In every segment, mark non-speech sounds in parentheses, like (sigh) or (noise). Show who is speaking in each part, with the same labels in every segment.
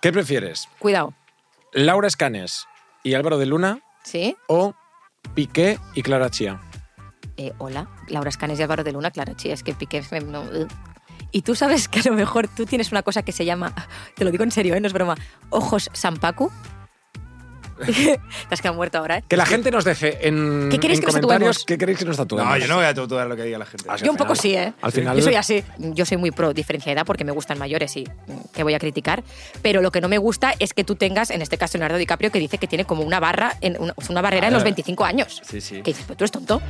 Speaker 1: ¿Qué prefieres?
Speaker 2: Cuidado.
Speaker 1: ¿Laura Escanes y Álvaro de Luna
Speaker 2: ¿Sí?
Speaker 1: o Piqué y Clara Chía?
Speaker 2: Eh, hola, Laura Escanes y Álvaro de Luna, claro, chía, es que Piqué... me- no, eh. y tú sabes que a lo mejor tú tienes una cosa que se llama, (laughs) te lo digo en serio, eh, no es broma, ojos Sampaku. (laughs) te has quedado muerto ahora, ¿eh?
Speaker 1: Que la gente nos deje en,
Speaker 2: ¿Qué queréis
Speaker 1: en
Speaker 2: que nos
Speaker 1: comentarios
Speaker 2: tatuemos?
Speaker 1: qué queréis que nos tatuemos.
Speaker 3: No, yo no voy a tatuar lo que diga la gente.
Speaker 1: Ah, sí.
Speaker 2: Yo
Speaker 1: al final-
Speaker 2: un poco sí, ¿eh?
Speaker 1: al final-
Speaker 2: Yo soy así. Yo soy muy pro diferencia de edad porque me gustan mayores y mm, que voy a criticar. Pero lo que no me gusta es que tú tengas, en este caso Leonardo DiCaprio, que dice que tiene como una barra, en una, una barrera en los 25 años.
Speaker 3: Sí, sí.
Speaker 2: Que dices, "Pero tú eres tonto.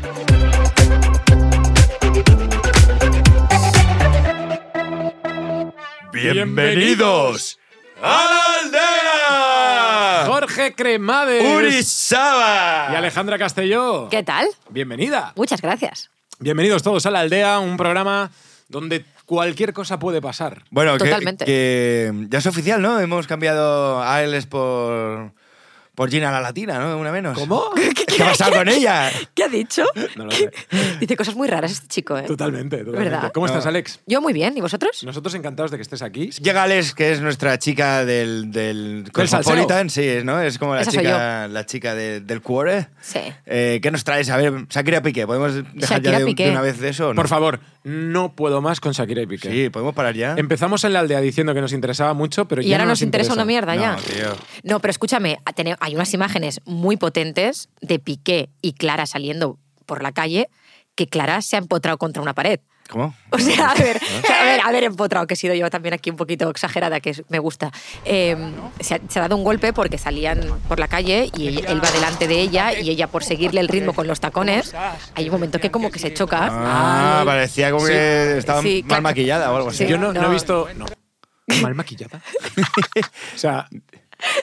Speaker 3: ¡Bienvenidos a la aldea!
Speaker 1: Jorge Cremades
Speaker 3: ¡Uri Saba!
Speaker 1: y Alejandra Castelló.
Speaker 2: ¿Qué tal?
Speaker 1: Bienvenida.
Speaker 2: Muchas gracias.
Speaker 1: Bienvenidos todos a La Aldea, un programa donde cualquier cosa puede pasar.
Speaker 3: Bueno, que-
Speaker 2: Totalmente.
Speaker 3: Que, ya es oficial, ¿no? Hemos cambiado a Ailes por, por Gina la Latina, ¿no? Una
Speaker 2: (laughs)
Speaker 3: menos.
Speaker 1: ¿Cómo?
Speaker 3: ¿Qué ha pasado con ella?
Speaker 2: ¿Qué ha dicho?
Speaker 1: No lo sé.
Speaker 2: dice cosas muy raras este chico, ¿eh?
Speaker 1: Totalmente, totalmente.
Speaker 2: ¿Verdad?
Speaker 1: ¿Cómo estás, Alex?
Speaker 2: Yo muy bien. ¿Y vosotros?
Speaker 1: Nosotros encantados de que estés aquí.
Speaker 3: Llega Alex, que es nuestra chica del, del, Cosmopolitan, sí, es, ¿no? Es como la
Speaker 2: Esa soy
Speaker 3: chica, la chica de- del cuore.
Speaker 2: Sí.
Speaker 3: Eh, ¿Qué nos traes? A ver, Shakira Piqué, ¿podemos dejar
Speaker 2: Shakira
Speaker 3: ya de, un-
Speaker 2: Piqué.
Speaker 3: de una vez de eso? o no?
Speaker 1: Por favor, no puedo más con Shakira y Piqué.
Speaker 3: Sí, ¿podemos parar ya?
Speaker 1: Empezamos en La Aldea diciendo que nos interesaba mucho, pero
Speaker 2: Y
Speaker 1: ya
Speaker 2: ahora
Speaker 1: no
Speaker 2: nos interesa una mierda
Speaker 3: No,
Speaker 2: ya.
Speaker 3: tío.
Speaker 2: No, pero escúchame, a- tene- hay unas imágenes muy potentes de Piqué y Clara saliendo por la calle que Clara se ha empotrado contra una pared.
Speaker 3: ¿Cómo?
Speaker 2: O sea, a ver, o sea, a ver, a ver, empotrado, que he sido yo también aquí un poquito exagerada, que es- me gusta. Eh, se, ha, se ha dado un golpe porque salían por la calle y él, él va delante de ella y ella por seguirle el ritmo con los tacones, hay un momento que como que se choca.
Speaker 3: Ah,
Speaker 2: Ay.
Speaker 3: parecía como
Speaker 2: Sí.
Speaker 3: que estaba
Speaker 2: Sí,
Speaker 3: mal
Speaker 2: claro.
Speaker 3: maquillada o algo así.
Speaker 2: Sí.
Speaker 1: Yo no, no
Speaker 2: No.
Speaker 1: he visto. No. Mal maquillada. (laughs) o sea,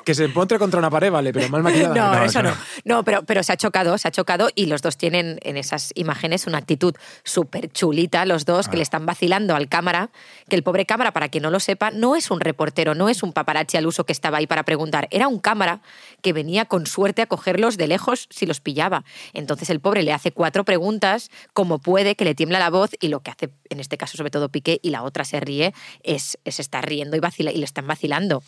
Speaker 1: que se encuentre contra una pared, vale, pero mal maquillada.
Speaker 2: (laughs) No, eso no. No, pero, pero se ha chocado, se ha chocado y los dos tienen en esas imágenes una actitud súper chulita, los dos, que le están vacilando al cámara, que el pobre cámara, para quien no lo sepa, no es un reportero, no es un paparazzi al uso que estaba ahí para preguntar, era un cámara que venía con suerte a cogerlos de lejos si los pillaba. Entonces el pobre le hace cuatro preguntas, como puede, que le tiembla la voz y lo que hace, en este caso sobre todo Piqué, y la otra se ríe, es, es estar riendo y, vacila, y le están vacilando.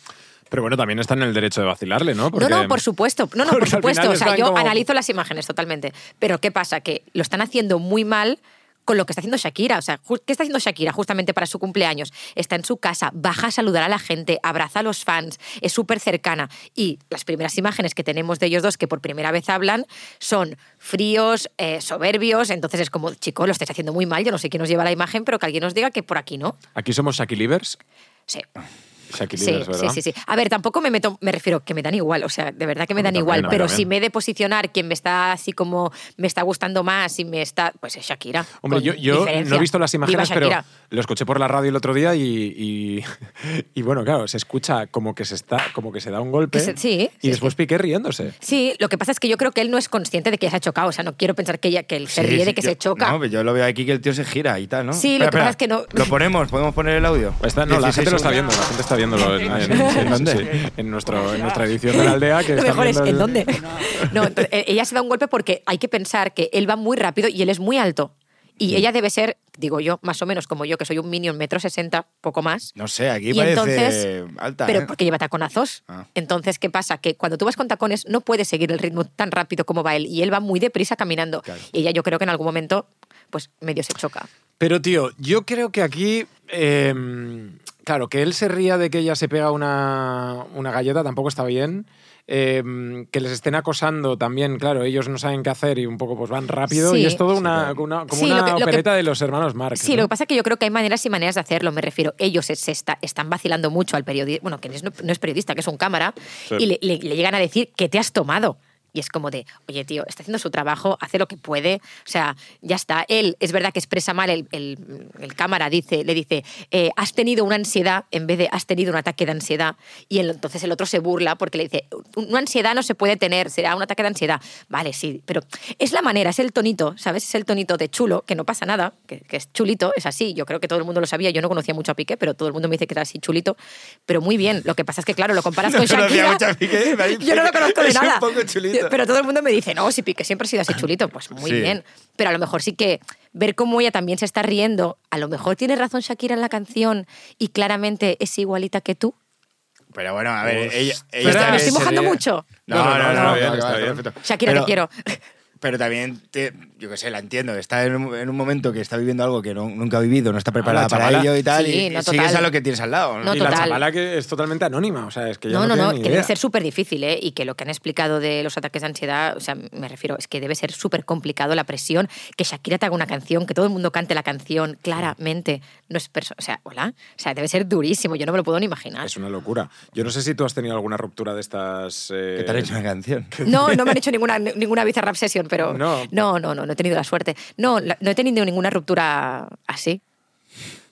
Speaker 1: Pero bueno, también está en el derecho de vacilarle, ¿no?
Speaker 2: No, no, por supuesto. No, no,
Speaker 1: porque
Speaker 2: por
Speaker 1: al
Speaker 2: supuesto.
Speaker 1: final
Speaker 2: O sea,
Speaker 1: están
Speaker 2: yo
Speaker 1: como-
Speaker 2: analizo las imágenes totalmente. Pero ¿qué pasa? Que lo están haciendo muy mal con lo que está haciendo Shakira. O sea, ju- ¿qué está haciendo Shakira justamente para su cumpleaños? Está en su casa, baja a saludar a la gente, abraza a los fans, es súper cercana. Y las primeras imágenes que tenemos de ellos dos que por primera vez hablan son fríos, eh, soberbios. Entonces es como, chico, lo estáis haciendo muy mal. Yo no sé quién nos lleva la imagen, pero que alguien nos diga que por aquí no.
Speaker 1: Aquí somos Shaki Livers.
Speaker 2: Sí.
Speaker 1: Shaki
Speaker 2: Sí,
Speaker 1: Livers,
Speaker 2: sí,
Speaker 1: ¿verdad?
Speaker 2: sí, sí. A ver, tampoco me meto, me refiero que me dan igual, o sea, de verdad que me
Speaker 1: A mí
Speaker 2: dan
Speaker 1: también, a
Speaker 2: igual,
Speaker 1: mí
Speaker 2: pero
Speaker 1: también.
Speaker 2: si me he de posicionar quien me está así como me está gustando más y me está, pues es Shakira.
Speaker 1: Hombre,
Speaker 2: con
Speaker 1: yo, yo
Speaker 2: diferencia.
Speaker 1: no he visto las
Speaker 2: Viva
Speaker 1: imágenes, pero
Speaker 2: Shakira.
Speaker 1: lo escuché por la radio el otro día y, y, (laughs) y bueno, claro, se escucha como que se está, como que se da un golpe
Speaker 2: Que se- sí,
Speaker 1: y
Speaker 2: sí,
Speaker 1: después Piqué riéndose.
Speaker 2: Sí, lo que pasa es que yo creo que él no es consciente de que ya se ha chocado, o sea, no quiero pensar que, ella, que él se
Speaker 3: Sí,
Speaker 2: ríe
Speaker 3: sí,
Speaker 2: de que
Speaker 3: yo-
Speaker 2: se choca.
Speaker 3: No, pero yo lo veo aquí que el tío se gira y tal, ¿no?
Speaker 2: Sí, lo que pasa es que no-
Speaker 3: Lo ponemos, podemos poner el audio.
Speaker 1: Está- no, la
Speaker 3: 16
Speaker 1: gente lo está viendo,
Speaker 3: segundos.
Speaker 1: la gente está viéndolo en,
Speaker 2: (laughs)
Speaker 1: en- sí, sí,
Speaker 3: ¿Dónde?
Speaker 1: sí, en nuestro, en nuestra edición de la aldea. Que
Speaker 2: (laughs) Lo
Speaker 1: están
Speaker 2: mejor es,
Speaker 1: viendo
Speaker 2: ¿en
Speaker 1: el-
Speaker 2: dónde? (laughs) No, entonces, eh, ella se da un golpe porque hay que pensar que él va muy rápido y él es muy alto. Y ella debe ser, digo yo, más o menos como yo, que soy un minion, metro sesenta, poco más.
Speaker 3: No sé, aquí
Speaker 2: Y
Speaker 3: parece
Speaker 2: entonces-
Speaker 3: alta.
Speaker 2: Pero
Speaker 3: ¿eh?
Speaker 2: porque lleva taconazos.
Speaker 3: Ah.
Speaker 2: Entonces, ¿qué pasa? Que cuando tú vas con tacones no puedes seguir el ritmo tan rápido como va él. Y él va muy deprisa caminando.
Speaker 3: Claro. Ah,
Speaker 2: Y ella yo creo que en algún momento pues medio se choca.
Speaker 1: Pero tío, yo creo que aquí, eh, claro, que él se ría de que ella se pega una, una galleta tampoco está bien. Eh, que les estén acosando también, claro, ellos no saben qué hacer y un poco pues van rápido
Speaker 2: Sí.
Speaker 1: y es todo
Speaker 3: Sí,
Speaker 1: una,
Speaker 3: claro.
Speaker 1: una- como
Speaker 2: Sí,
Speaker 1: una
Speaker 2: lo que- lo que-
Speaker 1: opereta de los hermanos Marx.
Speaker 2: Sí, lo que pasa es que yo creo que hay maneras y maneras de hacerlo, me refiero. Ellos se, se está- están vacilando mucho al periodista, bueno, que no es, no es periodista, que es un cámara, y le, le- le llegan a decir que te has tomado. Y es como de, oye, tío, está haciendo su trabajo, hace lo que puede, o sea, ya está. Él, es verdad que expresa mal, el, el- el cámara dice, le dice, eh, has tenido una ansiedad en vez de has tenido un ataque de ansiedad. Y el- entonces el otro se burla porque le dice, una ansiedad no se puede tener, será un ataque de ansiedad. Vale, sí, pero es la manera, es el tonito, ¿sabes? Es el tonito de chulo, que no pasa nada, que, que es chulito, es así. Yo creo que todo el mundo lo sabía, yo no conocía mucho a Piqué, pero todo el mundo me dice que era así chulito. Pero muy bien, lo que pasa es que, claro, lo comparas
Speaker 3: No
Speaker 2: con
Speaker 3: conocía
Speaker 2: Shakira.
Speaker 3: mucho a Piqué, me dice
Speaker 2: yo no lo conozco de
Speaker 3: es un
Speaker 2: nada.
Speaker 3: poco chulito.
Speaker 2: Pero todo el mundo me dice, no, si Piqué siempre ha sido así chulito, pues muy
Speaker 3: Sí.
Speaker 2: bien. Pero a lo mejor sí que ver cómo ella también se está riendo, a lo mejor tiene razón Shakira en la canción y claramente es igualita que tú.
Speaker 3: Pero bueno, a ver,
Speaker 1: Uf.
Speaker 3: ella,
Speaker 1: Pero
Speaker 3: ella
Speaker 1: no,
Speaker 3: también
Speaker 1: me estoy
Speaker 3: sería-
Speaker 2: mojando mucho.
Speaker 3: No, no, no,
Speaker 1: no,
Speaker 3: no, bien,
Speaker 1: vale,
Speaker 3: está
Speaker 1: vale,
Speaker 3: bien.
Speaker 1: perfecto.
Speaker 2: Shakira,
Speaker 3: Pero-
Speaker 2: te quiero. (laughs)
Speaker 3: Pero también, te- yo qué sé, la entiendo. Está en un, en un momento que está viviendo algo que no- nunca ha vivido, no está preparada
Speaker 1: la
Speaker 3: para
Speaker 1: chavala.
Speaker 3: ello y tal,
Speaker 2: Sí,
Speaker 3: y,
Speaker 2: no,
Speaker 3: y sigues
Speaker 2: total.
Speaker 3: a lo que tienes al lado.
Speaker 2: No,
Speaker 1: y la
Speaker 2: total.
Speaker 1: chavala que es totalmente anónima, o sea, es que ya
Speaker 2: No, no, no,
Speaker 1: tiene ni
Speaker 2: que
Speaker 1: idea.
Speaker 2: debe ser súper difícil, ¿eh? Y que lo que han explicado de los ataques de ansiedad, o sea, me refiero, es que debe ser súper complicado la presión, que Shakira te haga una canción, que todo el mundo cante la canción claramente. No es perso- O sea, hola. O sea, debe ser durísimo, yo no me lo puedo ni imaginar.
Speaker 1: Es una locura. Yo no sé si tú has tenido alguna ruptura de estas. eh,
Speaker 3: Que te han hecho una canción.
Speaker 2: No, no
Speaker 1: (laughs)
Speaker 2: me han hecho ninguna, ninguna bizarra obsesión, pero
Speaker 1: No.
Speaker 2: no. no, no, no, he tenido la suerte. No, la- no he tenido ninguna ruptura así.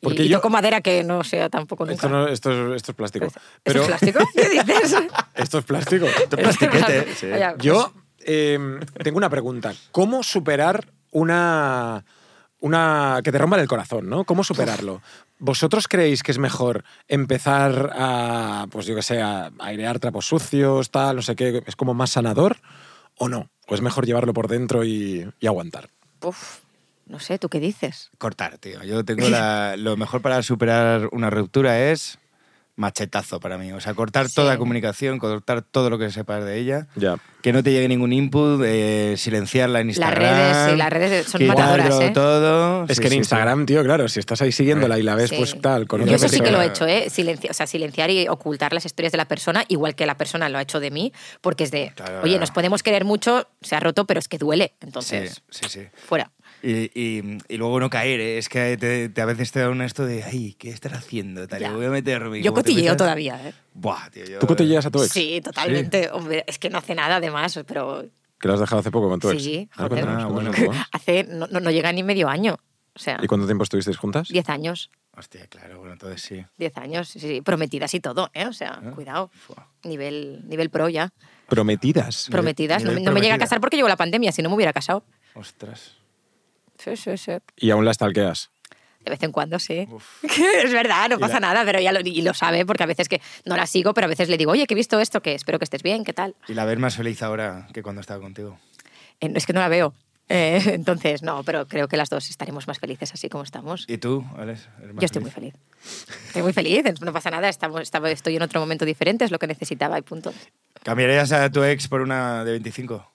Speaker 1: Porque
Speaker 2: y, y
Speaker 1: yo-
Speaker 2: toco madera que no sea tampoco nunca.
Speaker 1: Esto, no- esto es, esto es plástico.
Speaker 2: ¿Eso
Speaker 1: Pero
Speaker 2: es plástico?
Speaker 1: (laughs)
Speaker 2: ¿Qué dices? (laughs)
Speaker 1: esto es plástico.
Speaker 3: plastiquete, sí.
Speaker 2: Vaya,
Speaker 1: Yo eh, tengo una pregunta. ¿Cómo superar una, una. que te rompan el corazón, ¿no? ¿Cómo superarlo? ¿Vosotros creéis que es mejor empezar a, pues yo que sé, a airear trapos sucios, tal, no sé qué, es como más sanador o no? ¿O es mejor llevarlo por dentro y, y aguantar?
Speaker 2: Uf, no sé, ¿tú qué dices?
Speaker 3: Cortar, tío. Yo tengo la- Lo mejor para superar una ruptura es machetazo para mí. O sea, cortar
Speaker 2: Sí.
Speaker 3: toda comunicación, cortar todo lo que sepas de ella.
Speaker 1: Ya.
Speaker 3: Que no te llegue ningún input, eh, silenciarla en Instagram.
Speaker 2: redes, sí, las redes son
Speaker 3: quitarlo
Speaker 2: matadoras, ¿eh?
Speaker 3: todo.
Speaker 1: Es
Speaker 3: Sí,
Speaker 1: que en
Speaker 3: sí, sí.
Speaker 1: Instagram, tío, claro, si estás ahí siguiéndola y la ves,
Speaker 2: Sí.
Speaker 1: pues tal, con
Speaker 3: Yo
Speaker 1: otra
Speaker 2: Yo eso sí que lo
Speaker 1: persona.
Speaker 2: he hecho, ¿eh? Silenci- o sea, silenciar y ocultar las historias de la persona, igual que la persona lo ha hecho de mí, porque es de,
Speaker 3: Claro,
Speaker 2: oye,
Speaker 3: claro.
Speaker 2: nos podemos querer mucho, se ha roto, pero es que duele. Entonces,
Speaker 3: Sí, sí, sí.
Speaker 2: fuera.
Speaker 3: Y, y- y luego no caer, ¿eh? es que te- te- a veces te da un esto de, ay, ¿qué estará haciendo? Tal,
Speaker 2: Ya.
Speaker 3: le voy a meter ruido.
Speaker 2: Yo cotilleo todavía, ¿eh?
Speaker 3: Buah, tío, yo...
Speaker 1: ¿Tú cotilleas a tu ex?
Speaker 2: Sí, totalmente. Hombre, es que no hace nada además, pero
Speaker 1: Que lo has dejado hace poco con tu ex.
Speaker 2: Sí,
Speaker 1: Ah,
Speaker 2: joder.
Speaker 1: cuéntanos,
Speaker 3: Ah,
Speaker 1: cuéntanos
Speaker 3: bueno.
Speaker 1: un poco.
Speaker 2: (laughs) hace no, no- no llega ni medio año. O sea,
Speaker 1: ¿Y cuánto tiempo estuvisteis juntas?
Speaker 2: 10 años.
Speaker 3: Hostia, claro, bueno, entonces sí.
Speaker 2: 10 años, sí, sí, prometidas y todo, ¿eh? O sea, cuidado.
Speaker 3: Fua.
Speaker 2: Nivel, nivel pro ya.
Speaker 1: Prometidas.
Speaker 3: Pro-
Speaker 2: Prometidas. No,
Speaker 3: nivel
Speaker 2: no me llega a
Speaker 3: prometida.
Speaker 2: casar porque llegó la pandemia, si no me hubiera casado.
Speaker 3: Ostras.
Speaker 2: Sí, sí, sí.
Speaker 1: Y aún las talqueas.
Speaker 2: De vez en cuando, sí. (laughs) es verdad, no pasa nada, pero ya lo, y lo sabe, porque a veces que no la sigo, pero a veces le digo, oye, que he visto esto, que espero que estés bien, ¿qué tal?
Speaker 3: Y la ver más feliz ahora que cuando estaba contigo.
Speaker 2: Eh, es que no la veo. Eh, (laughs) entonces, no, pero creo que las dos estaremos más felices así como estamos.
Speaker 3: ¿Y tú, Alex? ¿Eres más
Speaker 2: Yo estoy muy feliz. Estoy muy feliz, no pasa nada, estamos, estaba- estoy en otro momento diferente, es lo que necesitaba y punto.
Speaker 3: ¿Cambiarías a tu ex por una de 25?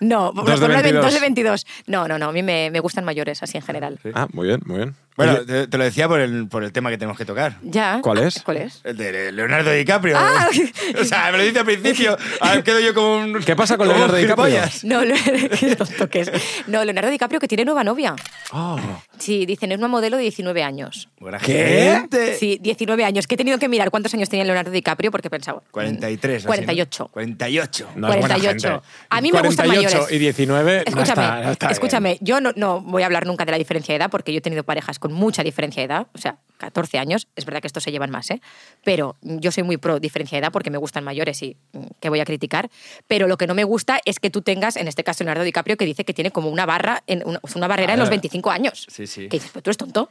Speaker 2: No,
Speaker 1: Dos
Speaker 2: una
Speaker 1: de
Speaker 2: por una de
Speaker 1: 22.
Speaker 2: ve- dos de 22. No, no, no, a mí me, me gustan mayores, así en general.
Speaker 3: Sí.
Speaker 1: Ah, muy bien, muy bien.
Speaker 3: Bueno,
Speaker 1: Oye,
Speaker 3: te, te lo decía por el, por el tema que tenemos que tocar.
Speaker 2: Ya.
Speaker 1: ¿Cuál es?
Speaker 2: ¿Cuál es?
Speaker 3: El de Leonardo DiCaprio.
Speaker 2: Ah.
Speaker 3: (laughs) o sea, me lo dice al principio.
Speaker 2: (laughs)
Speaker 3: A ver, quedo yo como un...
Speaker 1: ¿Qué pasa con
Speaker 3: como un
Speaker 1: Leonardo DiCaprio?
Speaker 3: gilipollas.
Speaker 2: No, Leonardo- (laughs) qué tonto que es. No, Leonardo DiCaprio que tiene nueva novia.
Speaker 1: ah,
Speaker 2: Sí, dicen, es una modelo de 19 años.
Speaker 3: Buena
Speaker 1: ¿Qué?
Speaker 3: gente.
Speaker 2: Sí, 19 años. Que he tenido que mirar cuántos años tenía Leonardo DiCaprio porque pensaba.
Speaker 3: 43. o así, ¿no?
Speaker 2: 48.
Speaker 3: 48.
Speaker 1: no es buena
Speaker 2: 48.
Speaker 1: gente.
Speaker 2: A mí me gustan
Speaker 1: 48
Speaker 2: mayores.
Speaker 1: y 19, no
Speaker 2: Escúchame,
Speaker 1: está- no está bien.
Speaker 2: escúchame yo no, no voy a hablar nunca de la diferencia de edad porque yo he tenido parejas con mucha diferencia de edad, o sea, 14 años, es verdad que estos se llevan más, ¿eh? Pero yo soy muy pro diferencia de edad porque me gustan mayores y mm, que voy a criticar, pero lo que no me gusta es que tú tengas, en este caso Leonardo DiCaprio, que dice que tiene como una barra, en, una, o sea, una barrera en
Speaker 3: Ah,
Speaker 2: los 25 años.
Speaker 3: sí, sí.
Speaker 2: Que dices, pero tú eres tonto.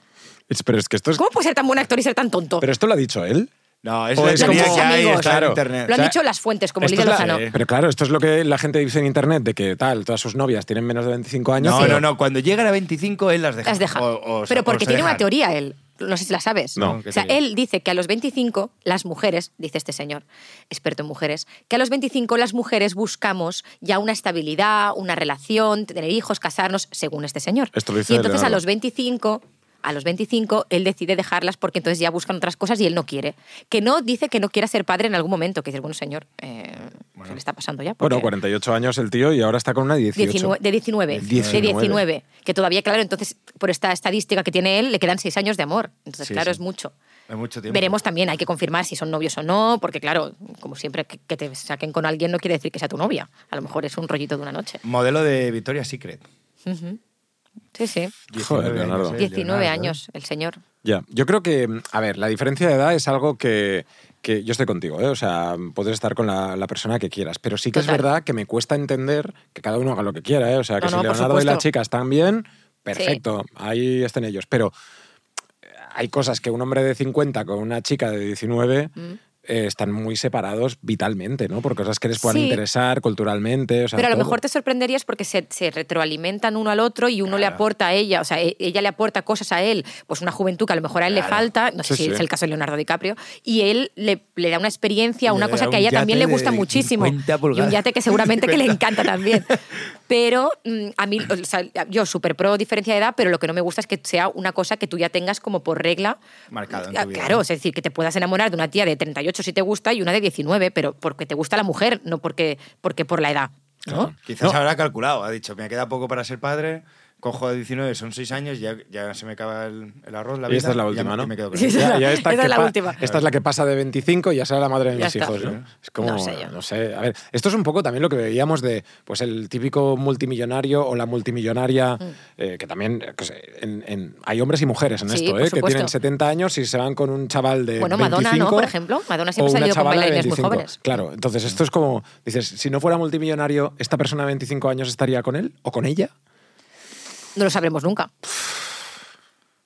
Speaker 1: Es- Pero es que esto es...
Speaker 2: ¿Cómo puedes ser tan buen actor y ser tan tonto?
Speaker 1: Pues Pero esto lo ha dicho él.
Speaker 3: No, es
Speaker 1: O
Speaker 3: la
Speaker 1: es
Speaker 2: Lo han
Speaker 1: como-
Speaker 3: teoría
Speaker 2: dicho sus
Speaker 3: que hay
Speaker 2: amigos.
Speaker 3: está en
Speaker 1: claro.
Speaker 3: internet.
Speaker 2: Lo han
Speaker 3: O sea,
Speaker 2: dicho las fuentes, como
Speaker 1: Esto
Speaker 2: Lidia
Speaker 1: es la-
Speaker 2: Lozano.
Speaker 1: eh, Pero claro, esto es lo que la gente dice en internet, de que tal, todas sus novias tienen menos de 25 años.
Speaker 3: No,
Speaker 1: pero-
Speaker 3: no, no. Cuando llegan a 25, él las deja.
Speaker 2: Las deja.
Speaker 3: O- o se-
Speaker 2: pero
Speaker 3: o
Speaker 2: porque
Speaker 3: se
Speaker 2: tiene una
Speaker 3: dejan.
Speaker 2: teoría él. No sé si la sabes.
Speaker 1: No.
Speaker 3: ¿Qué
Speaker 2: O sea,
Speaker 3: teoría?
Speaker 2: él dice que a los 25 las mujeres, dice este señor, experto en mujeres, que a los 25 las mujeres buscamos ya una estabilidad, una relación, tener hijos, casarnos, según este señor.
Speaker 1: Esto lo dice
Speaker 2: y entonces a
Speaker 1: Leonardo.
Speaker 2: los 25, a los 25 él decide dejarlas porque entonces ya buscan otras cosas y él no quiere. Que no dice que no quiera ser padre en algún momento, que dice, bueno, señor, eh, ¿qué le está pasando ya?
Speaker 1: Bueno,
Speaker 2: Porque-
Speaker 1: 48 años el tío y ahora está con una 18.
Speaker 2: 19, de 19, De
Speaker 1: 19.
Speaker 2: 19. Que todavía, claro, entonces, por esta estadística que tiene él, le quedan seis años de amor. Entonces,
Speaker 3: Sí,
Speaker 2: claro,
Speaker 3: sí.
Speaker 2: es mucho.
Speaker 3: Hay mucho tiempo.
Speaker 2: Veremos también, hay que confirmar si son novios o no, porque claro, como siempre, que, que te saquen con alguien no quiere decir que sea tu novia. A lo mejor es un rollito de una noche.
Speaker 3: Modelo de Victoria's Secret.
Speaker 2: Sí, sí.
Speaker 3: 19 años,
Speaker 1: Leonardo.
Speaker 3: ¿eh?
Speaker 2: 19
Speaker 3: Leonardo, ¿eh?
Speaker 2: años, el señor.
Speaker 1: Ya, yo creo que, a ver, la diferencia de edad es algo que, que yo estoy contigo, ¿eh? o sea, puedes estar con la, la persona que quieras, pero sí que es
Speaker 2: Total.
Speaker 1: verdad que me cuesta entender que cada uno haga lo que quiera, ¿eh? o sea, que
Speaker 2: No,
Speaker 1: si
Speaker 2: no, por
Speaker 1: Leonardo y la
Speaker 2: supuesto.
Speaker 1: chica están bien, perfecto, ahí estén eh,
Speaker 2: Mm.
Speaker 1: ellos, pero hay cosas que un hombre de 50 con una chica de 19... eh, están muy separados vitalmente, ¿no? Por cosas que les puedan
Speaker 2: Sí.
Speaker 1: interesar culturalmente. o sea,
Speaker 2: Pero a lo
Speaker 1: todo.
Speaker 2: mejor te sorprenderías porque se, se retroalimentan uno al otro y uno le
Speaker 3: Claro.
Speaker 2: aporta a ella, o sea, e- ella le aporta cosas a él, pues una juventud que a lo mejor a él le
Speaker 3: Claro.
Speaker 2: falta, no sé
Speaker 1: Sí,
Speaker 2: si
Speaker 1: sí.
Speaker 2: es el caso de Leonardo DiCaprio, y él le, le da una experiencia, una
Speaker 3: Le
Speaker 2: cosa
Speaker 3: da
Speaker 2: que a
Speaker 3: un
Speaker 2: ella también le
Speaker 3: yate
Speaker 2: gusta
Speaker 3: de
Speaker 2: muchísimo.
Speaker 3: 50
Speaker 2: Y un
Speaker 3: pulgadas.
Speaker 2: yate que seguramente
Speaker 3: (laughs)
Speaker 2: que le encanta también. Pero mm, a mí, o sea, yo súper pro diferencia de edad, pero lo que no me gusta es que sea una cosa que tú ya tengas como por regla.
Speaker 3: Marcado en
Speaker 2: Ah,
Speaker 3: tu vida,
Speaker 2: Claro,
Speaker 3: ¿no?
Speaker 2: es decir, que te puedas enamorar de una tía de 38 si te gusta y una de 19, pero porque te gusta la mujer, no porque, porque por la edad. ¿no?
Speaker 3: Quizás habrá calculado, ha dicho, me queda poco para ser padre, cojo a 19, son 6 años, ya, ya se me acaba el, el arroz, la
Speaker 1: Y
Speaker 3: vida.
Speaker 1: esta es la
Speaker 3: ya
Speaker 1: última,
Speaker 3: me-
Speaker 1: ¿no?
Speaker 3: y me quedo con
Speaker 2: Sí,
Speaker 3: él.
Speaker 2: sí.
Speaker 1: Ya- ya
Speaker 2: Esa
Speaker 1: que
Speaker 2: es la
Speaker 1: pa-
Speaker 2: última.
Speaker 1: Esta es la que pasa de 25 y ya será la madre de
Speaker 2: Ya
Speaker 1: mis
Speaker 2: está.
Speaker 1: hijos, ¿no? Es como,
Speaker 2: No
Speaker 1: no
Speaker 2: sé
Speaker 1: sé,
Speaker 2: yo.
Speaker 1: A ver, esto es un poco también lo que veíamos de, pues, el típico multimillonario o la multimillonaria,
Speaker 2: Mm.
Speaker 1: eh, que también eh, pues, en- en- hay hombres y mujeres en
Speaker 2: Sí,
Speaker 1: esto,
Speaker 2: por
Speaker 1: ¿eh? Que
Speaker 2: supuesto.
Speaker 1: tienen 70 años y se van con un chaval de
Speaker 2: Bueno, Madonna,
Speaker 1: 25,
Speaker 2: ¿no? Por ejemplo, Madonna siempre
Speaker 1: o
Speaker 2: se ha
Speaker 1: una
Speaker 2: ido con
Speaker 1: chavala de
Speaker 2: bailarines muy
Speaker 1: 25.
Speaker 2: jóvenes.
Speaker 1: Claro, entonces esto es como, dices, si no fuera multimillonario, ¿esta persona de 25 años estaría con él o con ella?
Speaker 2: No lo sabremos nunca.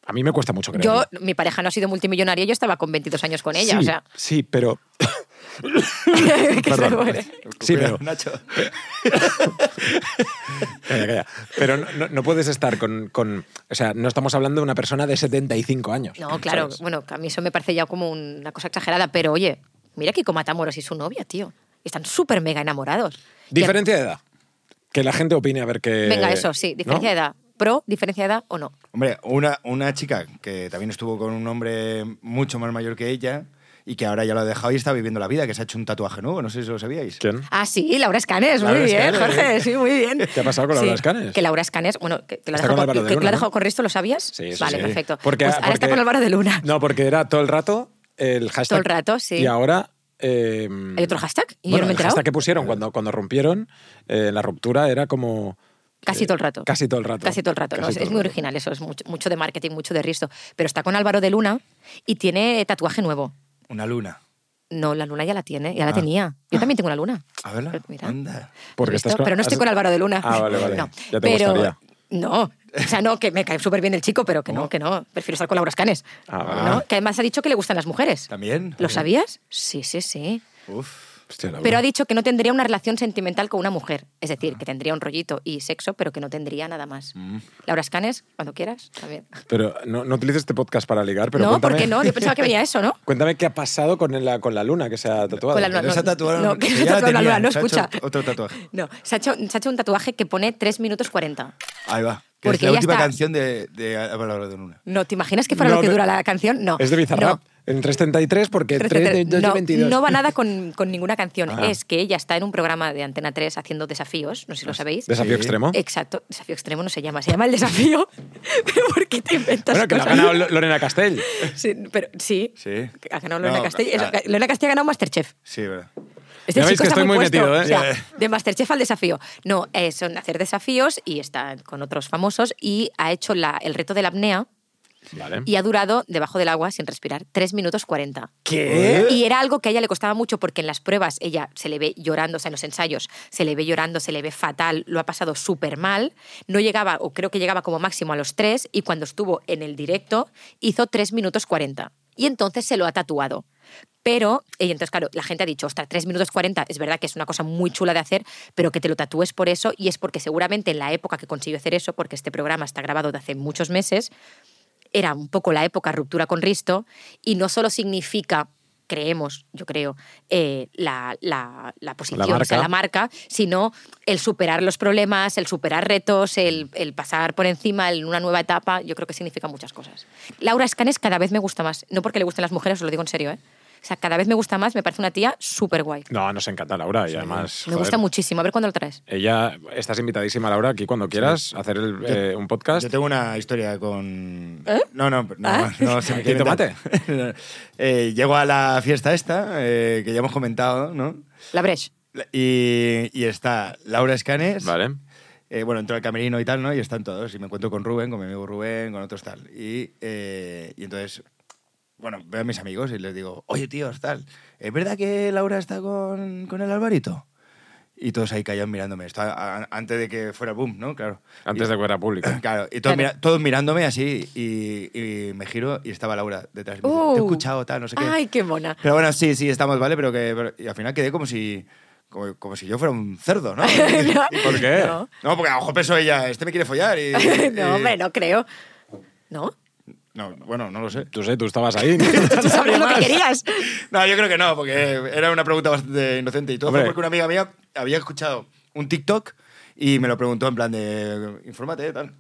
Speaker 1: A mí me cuesta mucho creer.
Speaker 2: Yo, mi pareja no ha sido multimillonaria, yo estaba con 22 años con ella,
Speaker 1: sí,
Speaker 2: o sea, (laughs)
Speaker 1: sí, pero...
Speaker 2: que se
Speaker 1: Perdón.
Speaker 2: muere.
Speaker 1: Sí,
Speaker 3: Cuidado,
Speaker 1: pero...
Speaker 3: (laughs) Nacho.
Speaker 1: Calla, calla. Pero no, no- no puedes estar con, con- O sea, no estamos hablando de una persona de 75 años.
Speaker 2: No, claro,
Speaker 1: ¿sabes?
Speaker 2: bueno, a mí eso me parece ya como una cosa exagerada, pero oye, mira Kiko Matamoros y su novia, tío. Están súper mega enamorados. Y a-
Speaker 1: Diferencia de edad. Que la gente opine a ver qué.
Speaker 2: Venga, eso, sí, diferencia de edad. ¿Pro, diferencia de edad o no?
Speaker 3: Hombre, una, una chica que también estuvo con un hombre mucho más mayor que ella y que ahora ya lo ha dejado y está viviendo la vida, que se ha hecho un tatuaje nuevo, no sé si lo sabíais.
Speaker 1: ¿Quién?
Speaker 2: Ah, sí, Laura Escanes,
Speaker 1: Laura
Speaker 2: muy bien,
Speaker 1: Escanes.
Speaker 2: Jorge, sí, muy bien.
Speaker 1: ¿Qué ha pasado con Laura Escanes?
Speaker 2: Que Laura Escanes, bueno, que, que la
Speaker 1: Está con
Speaker 2: dejó con,
Speaker 1: Álvaro de
Speaker 2: que
Speaker 1: Luna,
Speaker 2: la
Speaker 1: ¿no?
Speaker 2: dejó con Risto, ¿lo sabías?
Speaker 1: Sí, eso
Speaker 2: Vale,
Speaker 1: sí.
Speaker 2: perfecto.
Speaker 1: Porque-
Speaker 2: Pues ahora está
Speaker 1: porque-
Speaker 2: con Álvaro de Luna.
Speaker 1: No, porque era todo el rato el hashtag.
Speaker 2: Todo el rato, sí.
Speaker 1: Y ahora. eh,
Speaker 2: ¿Hay otro hashtag? ¿Y yo
Speaker 1: bueno,
Speaker 2: no me he
Speaker 1: el
Speaker 2: enterado?
Speaker 1: hashtag que pusieron cuando, cuando rompieron eh, la ruptura era como.
Speaker 2: Casi
Speaker 1: eh,
Speaker 2: todo el rato.
Speaker 1: Casi todo el rato.
Speaker 2: Casi todo el rato. ¿no?
Speaker 1: Casi
Speaker 2: Es,
Speaker 1: todo el
Speaker 2: muy
Speaker 1: rato.
Speaker 2: original eso, es mucho, mucho de marketing, mucho de Risto. Pero está con Álvaro de Luna y tiene tatuaje nuevo.
Speaker 3: Una luna.
Speaker 2: No, la luna ya la tiene, ya la
Speaker 3: Ah.
Speaker 2: tenía. Yo también tengo
Speaker 1: (gasps)
Speaker 2: una luna.
Speaker 3: A verla.
Speaker 2: Pero Pues mira.
Speaker 3: Anda.
Speaker 1: Porque
Speaker 2: ¿Has
Speaker 1: estás
Speaker 2: visto?
Speaker 1: con-
Speaker 2: Pero no estoy
Speaker 1: has-
Speaker 2: con Álvaro de Luna.
Speaker 1: Ah,
Speaker 2: (laughs)
Speaker 1: vale, vale.
Speaker 2: No,
Speaker 1: Ya te
Speaker 2: pero-
Speaker 1: gustaría.
Speaker 2: No, o sea, no, que me cae súper bien el chico, pero que no, que no. Prefiero estar con Laura Escanes.
Speaker 1: Ah, vale.
Speaker 2: ¿No? Que además ha dicho que le gustan las mujeres.
Speaker 3: También.
Speaker 2: ¿Lo sabías? Sí, sí, sí.
Speaker 3: Uf.
Speaker 1: Hostia, Laura.
Speaker 2: Pero ha dicho que no tendría una relación sentimental con una mujer. Es decir, que tendría un rollito y sexo, pero que no tendría nada más.
Speaker 1: Mm.
Speaker 2: Laura Escanes, cuando quieras. también.
Speaker 1: Pero no, no utilices este podcast para ligar, pero.
Speaker 2: no,
Speaker 1: cuéntame-
Speaker 2: porque no, yo pensaba que venía
Speaker 1: (laughs)
Speaker 2: eso, ¿no?
Speaker 1: Cuéntame qué ha pasado con la, con la luna que se ha tatuado.
Speaker 2: Con la
Speaker 3: Que
Speaker 2: luna,
Speaker 3: no se ha tatuado-
Speaker 2: no, que
Speaker 3: que
Speaker 2: se ha
Speaker 3: ya la
Speaker 2: tatuado la
Speaker 3: tenía,
Speaker 2: luna, no
Speaker 3: se ha hecho
Speaker 2: escucha.
Speaker 3: otro tatuaje.
Speaker 2: No, se ha, hecho, se ha hecho un tatuaje que pone 3 minutos 40.
Speaker 3: Ahí va. Que
Speaker 2: Porque
Speaker 3: es la
Speaker 2: ella
Speaker 3: última
Speaker 2: está-
Speaker 3: canción de, de Álvaro de Luna.
Speaker 2: No, ¿te imaginas que fuera
Speaker 1: No,
Speaker 2: lo que
Speaker 1: no.
Speaker 2: dura la canción? No.
Speaker 1: Es de Bizarrap. Eh,
Speaker 2: no.
Speaker 1: En 333 porque 3,
Speaker 2: No,
Speaker 1: 22.
Speaker 2: no va nada con, con ninguna canción.
Speaker 3: Ah.
Speaker 2: Es que ella está en un programa de Antena 3 haciendo desafíos, no sé si
Speaker 1: Ah,
Speaker 2: lo sabéis.
Speaker 1: Desafío
Speaker 3: Sí.
Speaker 1: extremo.
Speaker 2: Exacto, desafío extremo no se llama, se llama el desafío. (laughs) ¿Pero por qué te inventas
Speaker 1: bueno, que lo ha
Speaker 2: cosas?
Speaker 1: ganado Lo- Lorena Castell.
Speaker 2: Sí, pero, sí,
Speaker 3: Sí.
Speaker 2: ha ganado Lorena
Speaker 3: No,
Speaker 2: Castell.
Speaker 3: ah.
Speaker 2: Eso, Lorena Castell ha ganado Masterchef.
Speaker 3: Sí, verdad.
Speaker 2: Este
Speaker 1: Ya veis
Speaker 2: chico
Speaker 1: que
Speaker 2: está
Speaker 1: estoy muy
Speaker 2: puesto,
Speaker 1: metido, ¿eh?
Speaker 2: o sea,
Speaker 3: Ya.
Speaker 2: de Masterchef al desafío. No, eh, son hacer desafíos y está con otros famosos y ha hecho la- el reto de la apnea
Speaker 1: Vale.
Speaker 2: y ha durado debajo del agua sin respirar 3 minutos 40.
Speaker 1: ¿Qué?
Speaker 2: Y era algo que a ella le costaba mucho porque en las pruebas ella se le ve llorando, o sea, en los ensayos se le ve llorando, se le ve fatal, lo ha pasado súper mal. No llegaba, o creo que llegaba como máximo a los tres, y cuando estuvo en el directo hizo 3 minutos 40. Y entonces se lo ha tatuado. Pero, y entonces, claro, la gente ha dicho, ostras, 3 minutos 40, es verdad que es una cosa muy chula de hacer, pero que te lo tatúes por eso, y es porque seguramente en la época que consiguió hacer eso, porque este programa está grabado de hace muchos meses, era un poco la época ruptura con Risto y no solo significa creemos, yo creo, eh, la, la- la posición,
Speaker 1: La
Speaker 2: o
Speaker 1: marca.
Speaker 2: sea, la marca, sino el superar los problemas, el superar retos, el, el pasar por encima en una nueva etapa, yo creo que significa muchas cosas. Laura Escanes cada vez me gusta más, no porque le gusten las mujeres, os lo digo en serio, ¿eh? O sea, cada vez me gusta más, me parece una tía súper guay.
Speaker 1: No, nos encanta Laura y además.
Speaker 2: Me
Speaker 1: joder,
Speaker 2: gusta muchísimo, a ver cuándo lo traes.
Speaker 1: Ella, estás invitadísima, Laura, aquí cuando quieras a hacer el, eh, un podcast.
Speaker 3: Yo tengo una historia con. No, no, no,
Speaker 2: ¿Ah?
Speaker 3: (laughs) no, se me quiere
Speaker 1: ¿Jitomate?
Speaker 3: inventar. (laughs) Eh, llego a la fiesta esta, eh, que ya hemos comentado, ¿no?
Speaker 2: La Breche.
Speaker 3: Y, y está Laura Escanes.
Speaker 1: Vale.
Speaker 3: Eh, bueno, entro al camerino y tal, ¿no? Y están todos. Y me encuentro con Rubén, con mi amigo Rubén, con otros tal. Y, eh, y entonces, bueno, veo a mis amigos y les digo, oye, tíos, tal, ¿es verdad que Laura está con, con el Alvarito? Y todos ahí callados mirándome. Esto a- a- antes de que fuera el boom, ¿no? Claro.
Speaker 1: Antes de que fuera
Speaker 2: (coughs)
Speaker 1: público.
Speaker 3: (coughs) Claro, y todos,
Speaker 2: Claro.
Speaker 3: mira- todos mirándome así y, y me giro y estaba Laura detrás. Y me dice, Te he
Speaker 2: Uh.
Speaker 3: escuchado, tal, no sé qué.
Speaker 2: Ay, qué
Speaker 3: (laughs)
Speaker 2: mona.
Speaker 3: Pero bueno, sí, sí, estamos, ¿vale? Pero que pero- y al final quedé como si, como, como si yo fuera un
Speaker 2: (laughs)
Speaker 3: cerdo, ¿no?
Speaker 1: ¿Por qué?
Speaker 2: No,
Speaker 3: no, porque a lo mejor pensó ella, este me quiere follar y... y-
Speaker 2: (laughs) no hombre, no creo. ¿No?
Speaker 3: No, bueno, no lo sé.
Speaker 1: Tú sé, tú estabas
Speaker 2: (laughs)
Speaker 1: ahí.
Speaker 2: Tú sabes lo que querías.
Speaker 3: No, yo creo que no, porque era una pregunta bastante inocente y todo.
Speaker 1: Hombre.
Speaker 3: fue Porque una amiga mía había escuchado un TikTok y me lo preguntó en plan de, infórmate, tal.